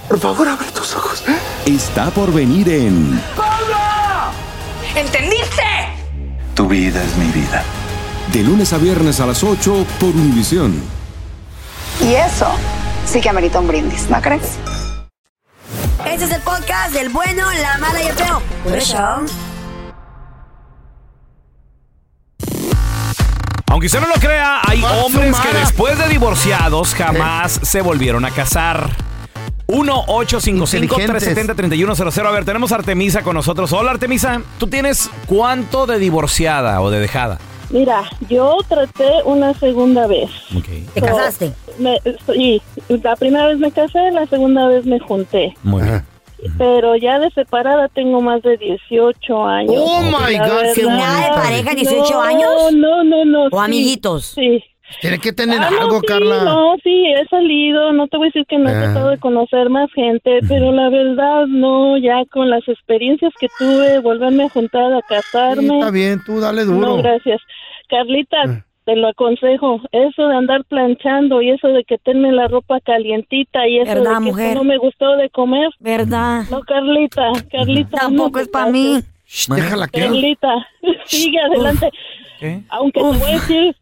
Por favor, abre tus ojos. Está por venir en
¡Pablo! ¿Entendiste?
Tu vida es mi vida. De lunes a viernes a las 8 por Univisión.
Y eso sí que amerita un brindis, ¿no crees?
Este es el podcast del bueno, la mala y el feo. Por eso.
Aunque usted no lo crea, hay hombres que después de divorciados jamás se volvieron a casar. 1-855-370-3100. A ver, tenemos a Artemisa con nosotros. Hola, Artemisa. ¿Tú tienes cuánto de divorciada o de dejada?
Mira, yo traté una segunda vez.
¿Te
So,
casaste?
me- sí, la primera vez me casé, la segunda vez me junté.
Muy bien.
Pero ya de separada tengo más de 18 años.
Oh, my
La
God, qué
verdad,
bonito. ¿Nada de
pareja, 18
no,
años?
No, no, no.
¿O amiguitos?
Sí.
Pues Tiene que tener
Ah, no,
algo,
sí,
Carla.
No, sí, he salido, no te voy a decir que no he
Ah.
tratado de conocer más gente, pero la verdad, no, ya con las experiencias que tuve, volverme a juntar, a
Sí,
casarme.
está bien, tú dale
No,
duro. Ah.
gracias. Carlita, te lo aconsejo. Eso de andar planchando y eso de que tenme la ropa calientita y eso
¿Verdad,
de que
mujer?
esto no me gustó de comer.
¿Verdad?
No, Carlita, Carlita.
Tampoco es para mí.
Déjala
Carlita, sigue adelante.
¿Qué?
Aunque te voy a decir,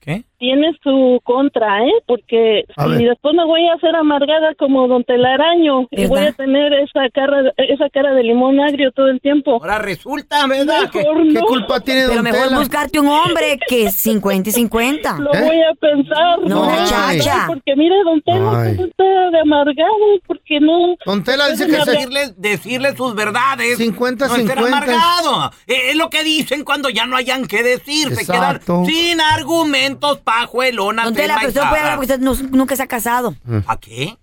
¿Qué?
tiene su contra, ¿eh? Porque
A
si
ver.
después me voy a hacer amargada como Don Telaraño y
¿Verdad?
voy a tener esa cara, esa cara de limón agrio todo el tiempo.
Ahora resulta, ¿verdad?
Mejor no.
tiene
Pero mejor
Tela?
buscarte un hombre que es 50 y ¿Eh? 50.
Lo
¿Eh?
voy a pensar.
No,
lo voy a
una
pensar,
chacha.
Porque mire, don Tela,
Ay.
que está de amargado, porque no...
Don Tela dice que se-
Decirle, decirle sus verdades.
50,
no ser
50.
amargado. Eh, Es lo que dicen cuando ya no hayan que decir.
Exacto.
Se quedan sin argumentos, pajuelona.
Don Tela, pero usted no puede
ah.
hablar porque usted no- nunca se ha casado.
¿A qué?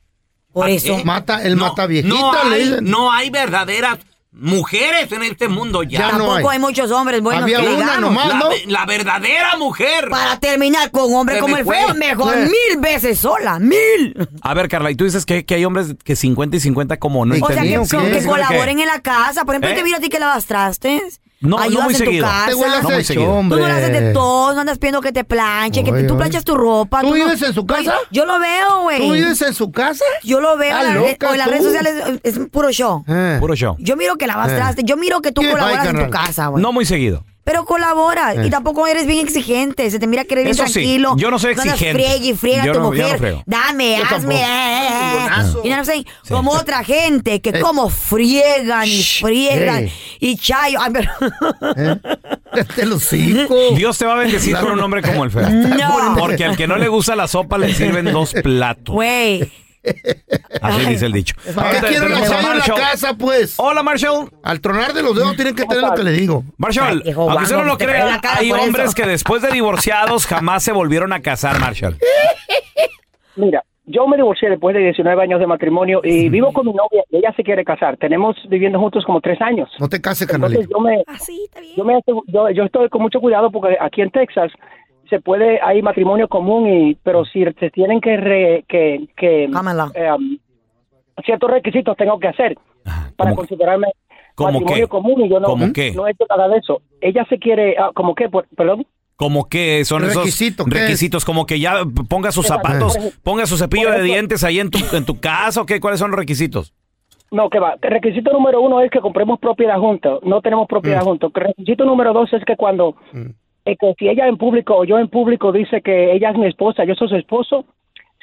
Por
¿A
eso.
qué?
Mm. Mata, el mata viejita.
No
le
hay,
dicen.
no hay verdaderas mujeres en este mundo ya.
Ya no
Tampoco
hay.
hay muchos hombres buenos
Había
que
una
digamos.
nomás,
la,
¿no?
ve- la verdadera mujer.
Para terminar con un hombre
Se
como
me
el
fue.
feo, mejor
Sí.
mil veces sola, mil.
A ver, Carla, y tú dices que, hay hombres que 50 y 50 como no
O sea, que, que colaboren en la casa. Por ejemplo,
¿Eh?
te miro a ti que lavas trastes.
No, no
ayudas
muy
en
seguido.
tu casa.
Te huele a
tú
acecho,
no
hombre.
lo haces de todo, no andas pidiendo que te planche, que
Oye,
tú
oye.
planchas tu ropa.
¿Tú
no-
vives en su
Güey,
casa?
Yo lo veo, güey.
¿Tú vives en su casa?
Yo lo veo
Ah,
en la red-
loca
o en las
tú. Ah.
redes sociales, es un puro show.
Puro show.
Yo miro que lavas
Eh.
trastes, yo miro que tú colaboras en tu casa, güey.
No muy seguido.
Pero colaboras
Eh.
y tampoco eres bien exigente. Se te mira que eres bien
Eso sí,
tranquilo.
yo no soy
andas
exigente.
friegue y friega
Yo
a tu
no- yo no
mujer.
friego.
Dame,
Yo tampoco.
hazme. eh, eh, eh. You know what I'm saying? Como otra gente que
Eh.
como friegan y friegan
eh.
y chayo. Ay, pero-
Dios te va a bendecir con un hombre como el feo.
No.
Porque al que no le gusta la sopa le sirven dos platos.
Güey.
Así dice el dicho.
¿Para qué quieren los en la casa, pues?
Hola, Marshall.
Al tronar de los dedos tienen que tener lo que le digo.
Marshall, aunque usted no lo crea, hay hombres que después de divorciados jamás se volvieron a casar, Marshall.
Mira, yo me divorcié después de 19 años de matrimonio y vivo con mi novia. Ella se quiere casar. Tenemos viviendo juntos como tres años. No te cases,
carnalito.
Yo me, yo, me asegu- yo, yo estoy con mucho cuidado porque aquí en Texas se puede hay matrimonio común y pero si se tienen que re- que, que eh, um, ciertos requisitos tengo que hacer para considerarme
¿Cómo
matrimonio
qué?
común y yo no
¿Cómo qué?
no he hecho nada de eso. Ella se quiere ah, como que por- perdón.
Como que son
Requisito,
esos
¿qué es?
requisitos, como que ya ponga sus
Exacto.
zapatos,
Eh.
ponga su cepillo
Por
de
eso-
dientes ahí en tu, en tu casa, ¿o qué? ¿Cuáles son los requisitos?
No, que va. Requisito número uno es que compremos propiedad juntos. No tenemos propiedad juntos. Requisito número dos es que cuando,
Mm.
eh, que si ella en público o yo en público dice que ella es mi esposa, yo soy su esposo.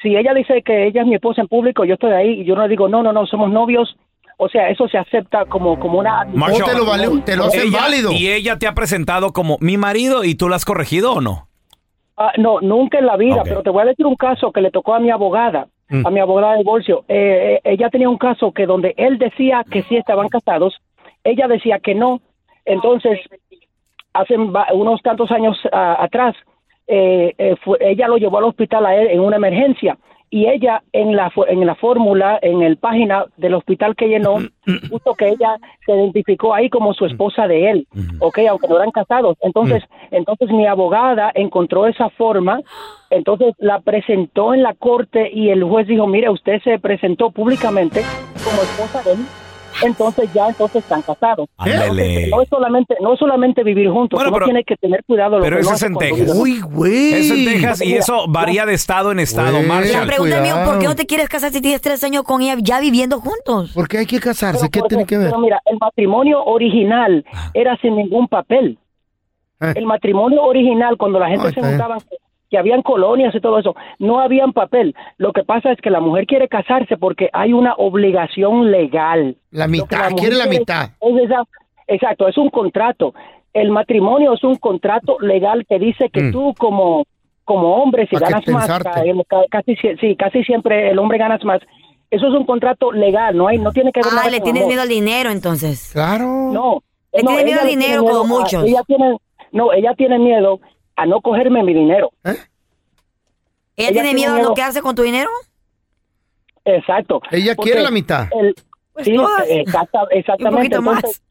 Si ella dice que ella es mi esposa en público, yo estoy ahí y yo no digo, no, no, no, somos novios. O sea, eso se acepta como, como una...
Marshall, ella-
válido.
Y ella te ha presentado como mi marido y tú la has corregido o no?
Ah, no, nunca en la vida,
Ok.
pero te voy a decir un caso que le tocó a mi abogada,
Mm.
a mi abogada de divorcio. Eh, eh, ella tenía un caso que donde él decía que sí estaban casados, ella decía que no. Entonces, hace va- unos tantos años ah, atrás, eh, eh, fue- ella lo llevó al hospital a él en una emergencia y ella en la fu- en la fórmula, en el página del hospital que llenó, justo que ella se identificó ahí como su esposa de él, ok, aunque no eran casados. Entonces, entonces mi abogada encontró esa forma, entonces la presentó en la corte y el juez dijo, mire, usted se presentó públicamente como esposa de él, entonces ya entonces están casados.
Ándale.
No es solamente, no es solamente vivir juntos, uno tiene que tener cuidado. lo
Pero
que
eso
uno
es
hace
en
cuando
Texas.
vive.
Eso en Texas y eso varía de estado en estado,
La
Marshall.
pregunta mía, ¿por qué no te quieres casar si tienes tres años con ella ya viviendo juntos? Ah,
¿Por qué hay que casarse?
Pero Pero mira, el matrimonio original era sin ningún papel.
Eh.
El matrimonio original, cuando la gente se juntaba, que habían colonias y todo eso, no habían papel. Lo que pasa es que la mujer quiere casarse porque hay una obligación legal. La
mitad, quiere la mitad.
exacto, es un contrato. El matrimonio es un contrato legal que dice que
Mm.
tú como como hombre si
Pa' que
ganas más
pensarte.
ca- em, ca- casi sie- sí casi siempre el hombre ganas más eso es un contrato legal no hay no tiene que ver
Ah,
nada
le
con
tienes
amor.
miedo al dinero entonces.
Claro.
No.
Le
no,
tiene miedo
ella
al
le tiene
dinero
miedo
como
a-
muchos.
Ella tiene, no, ella tiene miedo a no cogerme mi dinero.
¿Eh?
¿Ella, tiene miedo a no quedarse con tu dinero?
Exacto.
Ella
Porque
quiere la mitad.
el- sí,
Pues todas.
exacta- exactamente.
poquito más.
entonces-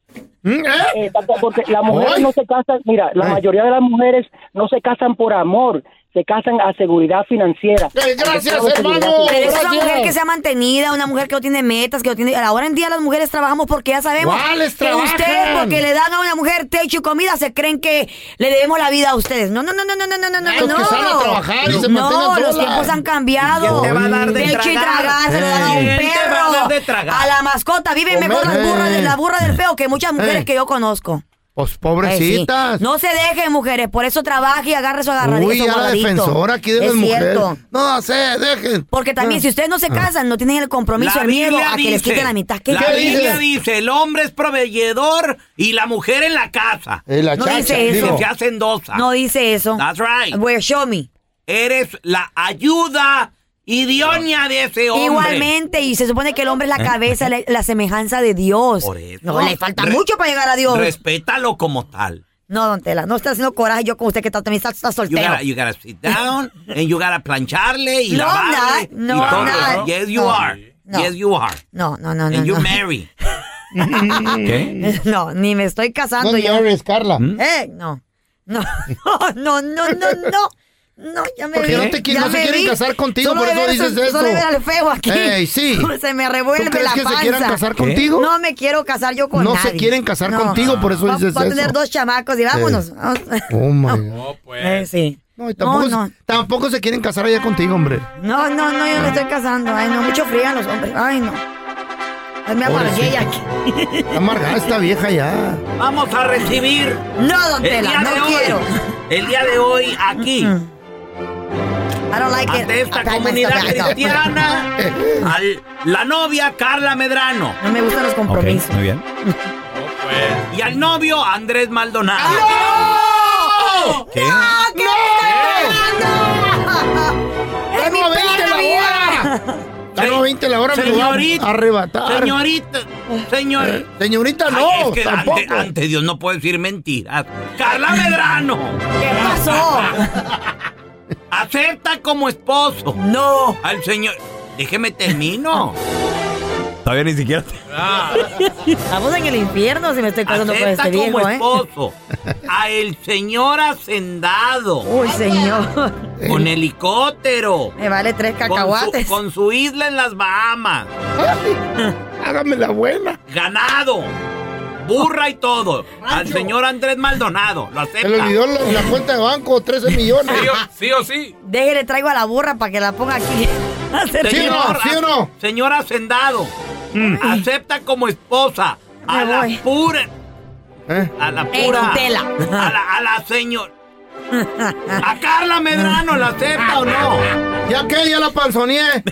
¿Mm? ¿Eh?
eh, Exacto, porque las mujeres
Ay.
no se casan, mira, la
Ay.
mayoría de las mujeres no se casan por amor, se casan a seguridad financiera. Entonces,
Pero es una mujer que sea mantenida, una mujer que no tiene metas, que no tiene. Ahora en día las mujeres trabajamos porque ya sabemos
¿Cuáles
que
trabajan?
ustedes porque le dan a una mujer techo y comida se creen que le debemos la vida a ustedes. No, no, no, no, no, no, no, no,
los
no.
que salen a trabajar y se
no,
mantengan
los
solas.
tiempos han cambiado.
¿Quién te va a dar de
techo y
tragar?
tragar se lo dan a un
¿Quién te va a dar de
perro.
tragar?
A la mascota viven
Comer.
mejor las burras de- la burra del feo que muchas mujeres
Eh.
que yo conozco.
Pues
Eh,
pobrecitas.
sí. No se dejen, mujeres. Por eso trabaje y agarre su agarradito.
Uy,
su
ya la
guardadito.
defensora aquí de
Es
las mujeres.
cierto.
No se dejen.
Porque también,
Ah.
si ustedes no se
Ah.
casan, no tienen el compromiso, el miedo a que les quiten la mitad. ¿Qué, qué dice?
dice, el hombre es proveedor y la mujer en la casa.
Eh,
no dice eso. No dice eso.
ah, That's right.
Bueno, show me.
Eres la ayuda idónea de ese Eh,
Igualmente, y se supone que el hombre es la cabeza, la, la semejanza de Dios. No, le falta
Re-
mucho para llegar a Dios.
Respétalo como tal.
no, don Tela, no está haciendo coraje yo con usted que está, también está, está
You
soltero.
gotta, you gotta sit down and you gotta plancharle y
No,
lavarle.
no,
y
no,
todo
no.
eso. Yes, you
No.
are. Yes, you are.
No, no, no, no.
and you
no.
marry.
¿Qué?
No, ni me estoy casando. ¿Mm? Eh,
No
ya.
llores, Carla.
Eh, no. No, no, no, no, no, no. No, ya me
Porque
vi,
no, te, qui-
ya
no se
me
quieren
vi.
casar contigo,
Solo
por
de
eso
ver-
dices esto.
Solo de ver al feo aquí. Pues
Ey, sí.
Se me revuelve
¿Tú crees
la
que se
panza.
quieran casar ¿Qué? contigo?
No me quiero casar yo con
No se
nadie.
quieren casar contigo, por eso
Va-
dices
va a tener
eso.
dos chamacos y vámonos. Vamos.
Oh, my God.
pues.
Eh, sí.
No, y tampoco,
No, no.
tampoco se quieren casar allá contigo, hombre.
No, no, no, yo no me estoy casando. Ay, no, mucho frían los hombres. Ay, no. Ay, me amargué ya aquí.
Está amargada esta vieja ya.
Vamos a recibir.
No, don
el
Tela,
día
no
de hoy,
quiero.
El día de hoy aquí.
Mm. I don't like
ante
it.
esta
Acá,
comunidad
acá, acá.
cristiana, al- la novia Carla Medrano.
No me gustan los compromisos.
muy bien.
Y al novio Andrés Maldonado. Oh,
¿Qué?
¿Qué ¡Es mi perra vida!
A las 20 la hora me lo va
Señorita.
a arrebatar. Eh,
Señorita,
Eh,
señor.
Señorita,
Ay,
no,
es que
tampoco.
ante, ante Dios no puedo decir mentiras. Carla Medrano.
¿Qué pasó?
Acepta como esposo.
No.
Al señor. Déjeme termino. Ah.
Todavía ni siquiera.
Estamos en el infierno si me estoy casando con
Acepta
este
como
viejo, ¿eh?
esposo a el señor hacendado.
Uy, señor.
Con helicóptero.
Me vale tres
Con su-
cacahuates.
Con su, isla en las Bahamas.
Hágame la buena.
Ganado. Burra y todo. Al señor Andrés Maldonado. Lo acepta.
Se le olvidó la, la cuenta de banco, 13 millones.
Sí o sí.
Déjele, traigo a la burra para que la ponga aquí.
Señor, Señor hacendado. Acepta como esposa a
Me
la
voy.
pura. A la
Ey,
pura.
don Tela.
A la, a la señor. A Carla Medrano la acepta o no.
¿Ya qué? Ya la panzoneé.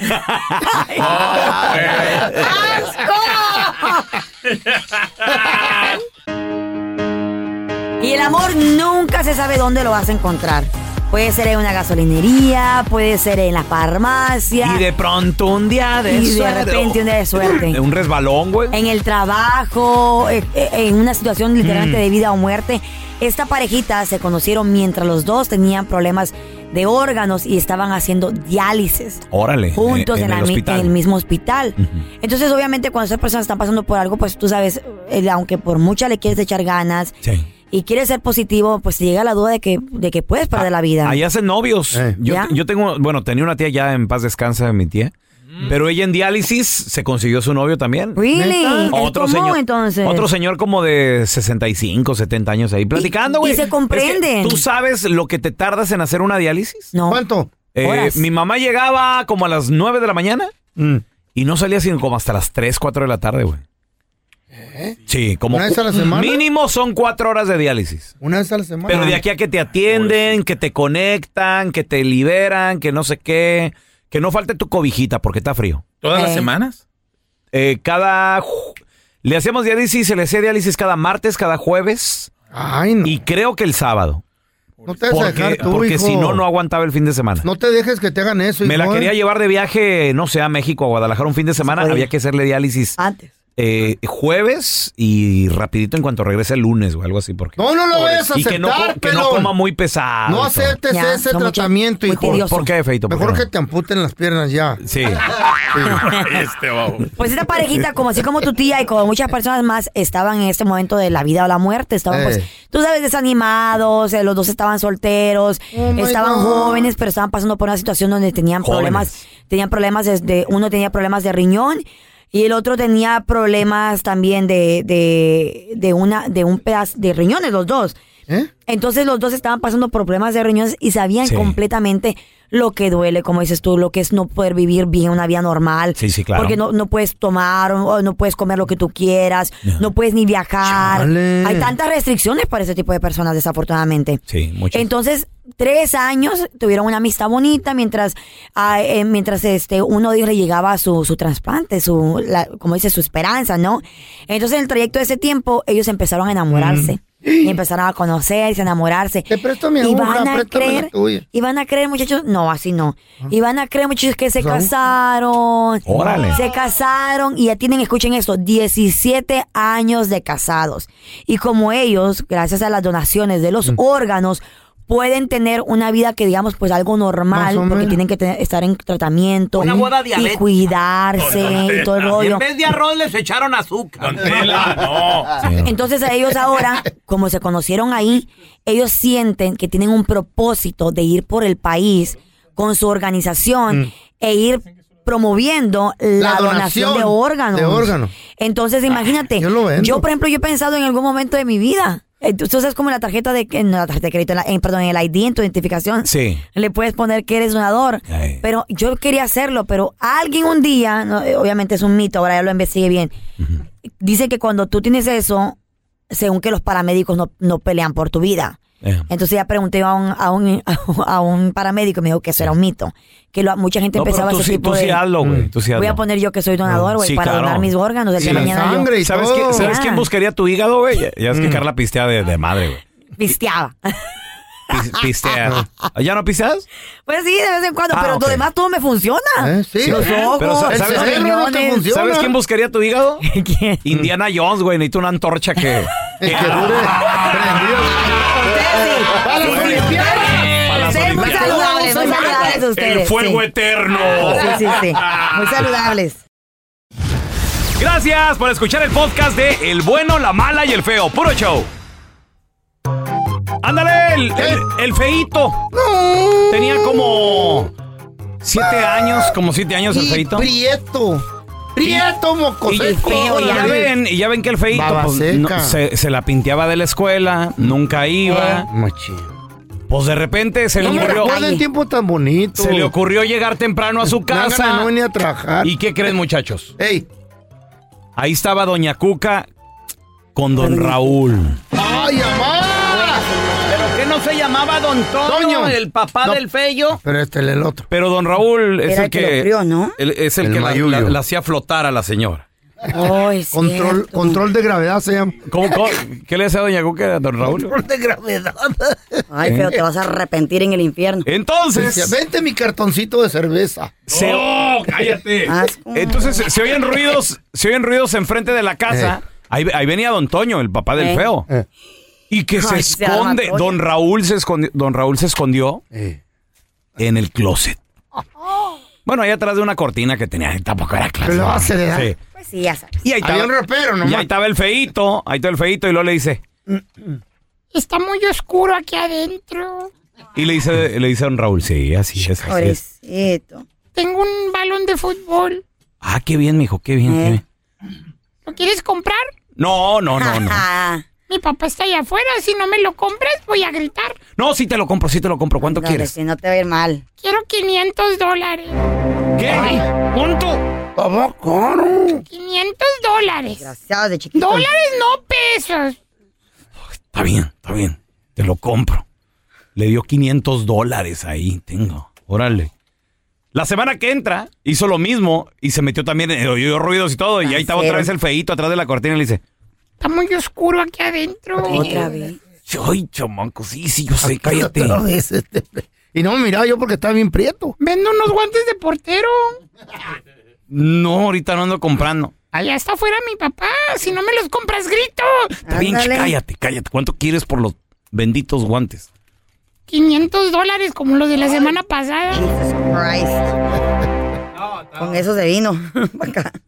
Y el amor nunca se sabe dónde lo vas a encontrar. Puede ser en una gasolinería, puede ser en la farmacia.
Y de pronto un día de
Y de
suerte.
repente un día de suerte.
De un resbalón, güey.
En el trabajo, eh, eh, en una situación literalmente
Mm.
de vida o muerte. Esta parejita se conocieron mientras los dos tenían problemas de órganos y estaban haciendo diálisis.
Órale. eh,
Juntos en,
en,
la
el
mi-
hospital.
en el mismo hospital. Entonces, obviamente, cuando esas personas están pasando por algo, pues tú sabes, eh, aunque por mucha le quieres echar ganas y quieres ser positivo, pues te llega la duda de que, de que puedes perder la vida.
Ah, Ahí hacen novios.
Eh.
Yo,
¿Ya?
yo tengo, bueno, tenía una tía ya en paz descansa, mi tía. Pero ella en diálisis se consiguió su novio también.
Really? ¿Es
Otro
común,
señor,
entonces?
otro señor como de 65, 70 años ahí platicando,
y
güey.
se
Es que,
comprenden.
¿Tú sabes lo que te tardas en hacer una diálisis? Eh,
No.
¿Cuánto?
Horas.
mi mamá llegaba como a las 9 de la mañana
Mm.
y no salía sino como hasta las 3, 4 de la tarde, güey. Sí, como
¿Eh? ¿Una vez a la semana?
mínimo son cuatro horas de diálisis.
Una vez a la semana.
Pero de aquí a que te atienden, que te conectan, que te liberan, que no sé qué, que no falte tu cobijita porque está frío.
¿Todas las semanas?
Eh, cada ju- le hacíamos diálisis, se le hacía diálisis cada martes, cada jueves. Y creo que el sábado.
No te dejes
Porque,
dejar tú,
porque
hijo.
si no, no aguantaba el fin de semana.
No te dejes que te hagan
Pues
eso,
Me la
hijo,
quería
¿eh?
llevar de viaje, no sé, a México, a Guadalajara un fin de semana. Había que hacerle diálisis. eh,
Antes.
jueves y rapidito en cuanto regrese el lunes o algo así. Porque...
No, no lo vayas a
Y que no, co-
aceptar,
que no
pelón.
coma muy pesado.
No
y todo.
aceptes ese tratamiento, hijo.
¿Por qué, Feito? ¿Por qué
Mejor
no?
que te amputen las piernas ya.
Sí.
este babo.
Pues esta parejita, como así como tu tía y como muchas personas más, estaban en este momento de la vida o la muerte. Estaban,
Eh.
pues, tú sabes, desanimados, eh, los dos estaban solteros,
Oh, my
estaban
God.
jóvenes, pero estaban pasando por una situación donde tenían
Jóvenes.
problemas, tenían problemas desde, uno tenía problemas de riñón y el otro tenía problemas también de, de, de una, de un pedazo de riñones, los dos.
¿Eh?
Entonces los dos estaban pasando por problemas de riñones y sabían
Sí.
completamente lo que duele, como dices tú, lo que es no poder vivir bien una vida normal.
Sí, sí, claro.
Porque no, no puedes tomar, o- o no puedes comer lo que tú quieras, no puedes ni viajar.
Chale.
Hay tantas restricciones para ese tipo de personas, desafortunadamente.
Sí, mucho.
Entonces, tres años tuvieron una amistad bonita mientras, ah, eh, mientras este, uno de ellos le llegaba su, su trasplante, su, la- como dice, su esperanza, ¿no? Entonces, en el trayecto de ese tiempo, ellos empezaron a enamorarse.
Mm.
Y empezaron a conocerse, a enamorarse. Te presto
mi
y
aguja,
van a
préstame la
creer,
tuya.
y van a creer, muchachos, no, así no. Y van a creer, muchachos, que se
Pues, aguja.
casaron.
Órale.
Se casaron y ya tienen, escuchen esto, 17 años de casados. Y como ellos, gracias a las donaciones de los órganos, pueden tener una vida que digamos pues algo normal porque tienen que tener- estar en tratamiento
Una boda
y
diabética.
cuidarse y todo el rollo.
En vez de arroz les echaron azúcar.
Entonces a ellos ahora, como se conocieron ahí, ellos sienten que tienen un propósito de ir por el país con su organización
Mm.
e ir promoviendo
La
la, donación,
donación
de órganos.
de órganos. Ah,
Entonces imagínate, yo, por ejemplo, yo he pensado en algún momento de mi vida. Eh, Entonces es como en la tarjeta de, en la tarjeta de crédito, en la- en- perdón, en el ID, en tu identificación.
Sí.
Le puedes poner que eres donador. Pero yo quería hacerlo, pero alguien un día, no, eh, obviamente es un mito, ahora ya lo investigué bien. Dice que cuando tú tienes eso, según que los paramédicos no, no pelean por tu vida. Entonces ya pregunté a un, a un, a un paramédico y me dijo que eso era un mito. Que lo- mucha gente
No,
empezaba
pero tú
ese
sí,
tipo
tú sí
de-
hazlo,
Mm.
güey. Tú sí
Voy a
hazlo.
poner yo que soy donador, güey,
Sí,
para
claro.
donar mis órganos. Del
Sí.
día de mañana yo-
¿Sabes, quién, ¿Sabes quién buscaría tu hígado, güey? Ya ves
Mm.
que Carla pistea de, de madre, güey.
Pisteaba.
Pis- Pistea.
Ah.
¿Ya no pisteas?
Pues sí, de vez en cuando,
Ah,
pero
ok. Eh,
lo demás todo me funciona.
Ah, ¿Eh?
Los ojos,
Pero, ¿sabes,
los
¿sabes quién,
riñones.
¿Sabes quién buscaría tu hígado? Indiana Jones, güey. Necesita una antorcha que...
Ustedes muy saludables, muy saludables ustedes.
El fuego
sí.
eterno.
Sí, sí, sí. Muy saludables.
Gracias por escuchar el podcast de El Bueno, La Mala y El Feo. Puro show. Ándale, el, el, el feito. Tenía como siete años, como siete años el
Ah. Y
feito.
Prieto. Prieto, mocoso.
Y, y ya ven, y ya ven que el feito
Baba
pues, no,
seca.
se, se la pinteaba de la escuela, nunca
Eh.
iba. Pues de repente se le
Eh. No me
ocurrió.
recuerden tiempos tan bonitos.
Se le ocurrió llegar temprano a su casa.
No, no, no venía a trabajar.
¿Y qué creen, muchachos? Ahí estaba Doña Cuca con Don Raúl.
¡Ay, mamá!
¿Pero qué no se llamaba Don Toño,
Toño.
el papá
No.
del feyo?
Pero este es el otro.
Pero Don Raúl es
Era
el,
el que lo crió, ¿no?
el- es el,
El
que la,
mayuyo.
la- la hacía flotar a la señora.
Oh,
control, control de gravedad se llama.
¿Cómo, cómo- qué le decía Doña Cuca a Don Raúl?
de gravedad.
Ay, pero
Eh.
te
vas a arrepentir en el infierno.
Entonces-
Decía, vente mi cartoncito de cerveza.
Se-
Oh.
Oh, Entonces se- se oyen ruidos, se oyen ruidos enfrente de la casa. Ahí, ahí venía Don Toño, el papá del
Eh.
feo. Y que se
Ay, se arma
esconde.
Toño.
Don Raúl se escondió, Don Raúl se escondió
Eh.
en el closet. Bueno, ahí atrás de una cortina que tenía, tampoco era clase.
Pero lo hace de edad.
Sí.
Pues sí, ya sabes.
Y ahí estaba,
Había un rapero,
y ahí estaba el feito, ahí estaba el feito y luego le dice,
Está muy oscuro aquí adentro.
y le dice, le dice a don Raúl, sí, así es, así es.
Pobrecito. Tengo un balón de fútbol.
Ah, qué bien, mijo, qué bien,
¿Eh?
qué bien.
¿Lo quieres comprar?
No, no, no, no.
Mi papá está allá afuera. Si no me lo compras, voy a gritar.
No, sí te lo compro, sí te lo compro. ¿Cuánto quieres?
no te va a ir mal. Quiero 500 dólares.
¿Qué? ¿Cuánto?
Papá, 500 dólares. Desgraciado de chiquito. Dólares, no pesos.
Está bien, está bien. Te lo compro. Le dio 500 dólares ahí, tengo. Órale. La semana que entra hizo lo mismo y se metió también, eh, oyó ruidos y todo. Y ahí estaba otra vez el feito atrás de la cortina y le dice,
Está muy oscuro aquí adentro. Otra vez.
¡ay, chamanco! Sí, sí, yo sé, cállate.
este Y no me miraba yo porque estaba bien prieto.
Vendo unos guantes de portero.
No, ahorita no ando comprando.
Allá está afuera mi papá. Si no me los compras, grito.
Está bien, ch- cállate, cállate. ¿Cuánto quieres por los benditos guantes?
500 dólares como los de la semana pasada.
Con eso se vino.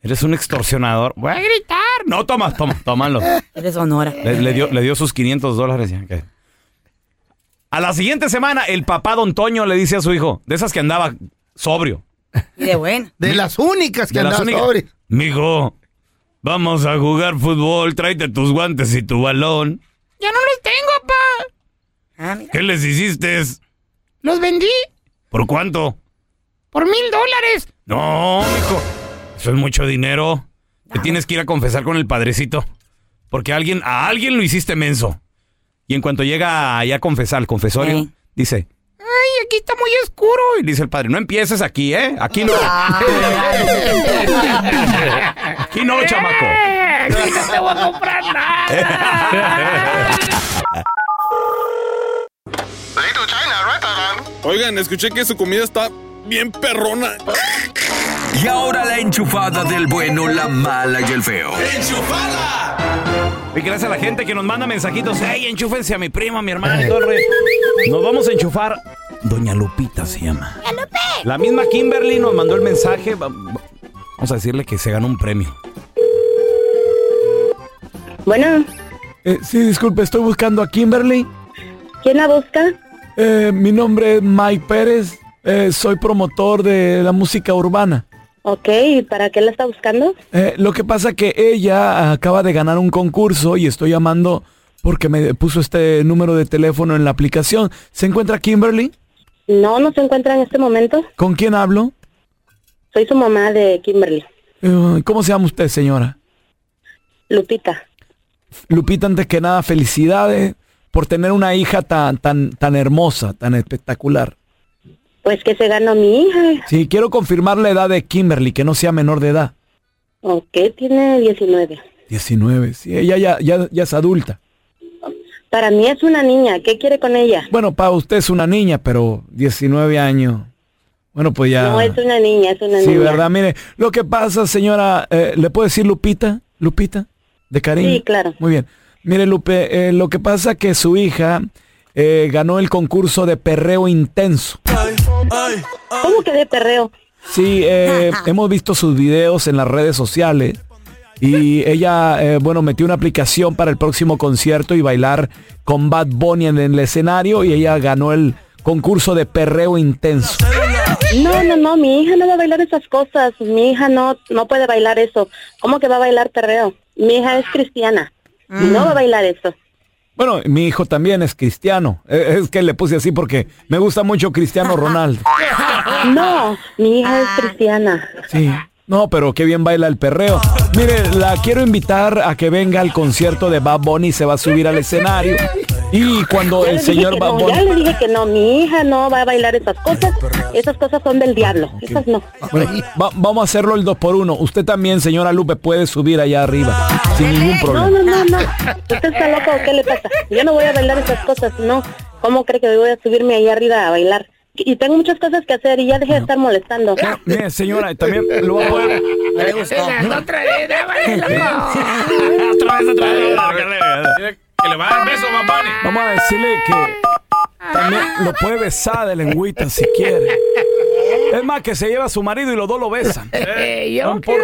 Eres un extorsionador.
Voy a
Bueno,
gritar.
no, toma, toma, tómalo.
Eres Honora.
Le, le dio, le dio sus 500 dólares. ya, que- A la siguiente semana, el papá Don Toño le dice a su hijo, de esas que andaba sobrio.
Y de buena.
De las únicas que
de las
andaba
únicas,
sobre.
Mijo, vamos a jugar fútbol, tráete tus guantes y tu balón.
Ya no los tengo, pa.
¿Qué les hiciste?
Los vendí
¿Por cuánto?
por mil dólares.
No, mijo, eso es mucho dinero. Te tienes que ir a confesar con el padrecito. Porque a alguien, a alguien lo hiciste menso. Y en cuanto llega allá a confesar, al confesorio, dice,
Ay, aquí está muy oscuro.
y dice el padre, no empieces aquí, ¿eh? Aquí no. Aquí no, chamaco.
Aquí no te voy a comprar nada.
Oigan, escuché que su comida está bien perrona. Y ahora la enchufada del bueno, la mala y el feo.
Y gracias a la gente que nos manda mensajitos. ¡Ey, enchúfense a mi prima, a mi hermano! y todo el rollo. Nos vamos a enchufar. Doña Lupita se llama. La misma Kimberly nos mandó el mensaje. Va- va- Vamos a decirle que se ganó un premio.
Bueno.
Eh, sí, disculpe, estoy buscando a Kimberly. Eh,
¿Quién la busca?
mi nombre es Mike Pérez. eh, soy promotor de la música urbana.
Ok, ¿y para qué la está buscando?
Eh, lo que pasa que ella acaba de ganar un concurso y estoy llamando porque me puso este número de teléfono en la aplicación. ¿Se encuentra Kimberly?
No, no se encuentra en este momento.
¿Con quién hablo?
Soy su mamá de Kimberly,
Eh, ¿Cómo se llama usted, señora?
Lupita.
Lupita, antes que nada, felicidades por tener una hija tan, tan, tan hermosa, tan espectacular.
Pues que se ganó mi hija.
Sí, quiero confirmar la edad de Kimberly, que no sea menor de edad.
Ok, tiene 19.
19, sí, ella ya, ya, ya es adulta.
Para mí es una niña. ¿Qué quiere con ella?
Bueno, para usted es una niña, pero 19 años. Bueno, pues ya.
No, es una niña, es una
sí,
niña.
¿verdad? Mire, lo que pasa, señora, eh, ¿le puedo decir Lupita? Lupita, de cariño.
Sí, claro.
Muy bien. Mire, Lupe, eh, lo que pasa que su hija eh, ganó el concurso de perreo intenso.
¿Cómo que de perreo?
Sí, eh, hemos visto sus videos en las redes sociales y ella, eh, bueno, metió una aplicación para el próximo concierto y bailar con Bad Bunny en el escenario y ella ganó el concurso de perreo intenso.
No, no, no, mi hija no va a bailar esas cosas. Mi hija no, no puede bailar eso. ¿Cómo que va a bailar perreo? Mi hija es cristiana. No va a bailar eso.
Bueno, mi hijo también es cristiano. Eh, Es que le puse así porque me gusta mucho Cristiano Ronaldo.
No, mi hija es cristiana.
Sí. No, pero qué bien baila el perreo. Mire, la quiero invitar a que venga al concierto de Bad Bunny. Se va a subir al escenario. Y cuando
Ya
el
le dije
señor
que
Bad
no,
Bunny...
Ya le dije que no, mi hija no va a bailar esas cosas. Esas cosas son del diablo. Esas no.
Bueno, va- vamos a hacerlo el 2 por 1 Usted también, señora Lupe, puede subir allá arriba sin ningún
No,
problema.
no, no, no. ¿Usted está loco o qué le pasa? Yo no voy a bailar esas cosas, no. ¿Cómo cree que voy a subirme ahí arriba a bailar? Y tengo muchas cosas que hacer y ya dejé de estar molestando.
Mire, señora, también lo voy a poder.
Me gustó. Otra vez, dámale, loco.
Otra vez, otra vez.
Que le va a dar beso, papá.
Vamos a decirle que también lo puede besar de lengüita si quiere. Es más, que se lleva a su marido y los dos lo besan.
¿Eh?
Eh,
Eh, yo
No importa.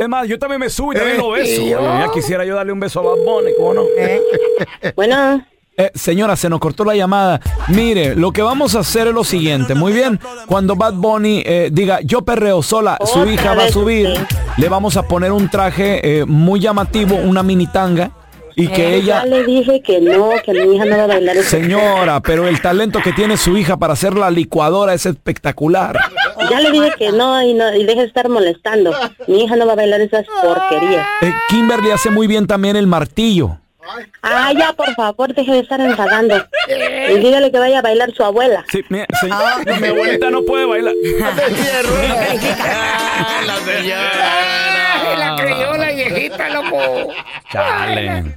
Es más, yo también me subo y también lo beso.
Eh, yo.
Ya quisiera yo darle un beso a Bad Bunny, ¿cómo no?
Eh. Bueno.
Eh, señora, se nos cortó la llamada. Mire, lo que vamos a hacer es lo siguiente. Muy bien, cuando Bad Bunny eh, diga yo perreo sola, su
Otra
hija va a
vez
subir. Le vamos a poner un traje eh, muy llamativo, una mini tanga. Y que
Eh,
ella...
Ya le dije que no, que mi hija no va a bailar esas
Señora, pero el talento que tiene su hija para hacer la licuadora es espectacular.
cosas. Ya le dije que no y, no y deje de estar molestando. Mi hija no va a bailar esas porquerías.
Eh, Kimberly hace muy bien también el martillo.
Ah, ya, por favor, deje de estar enfadando. Y dígale que vaya a bailar su abuela.
Sí, mire, señora, mi abuelita no puede bailar.
Ay, la creyó la viejita, loco.
Chale.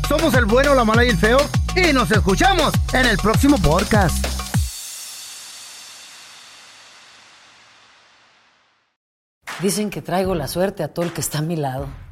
Somos el bueno, la mala y el feo. Y nos escuchamos en el próximo podcast.
Dicen que traigo la suerte a todo el que está a mi lado.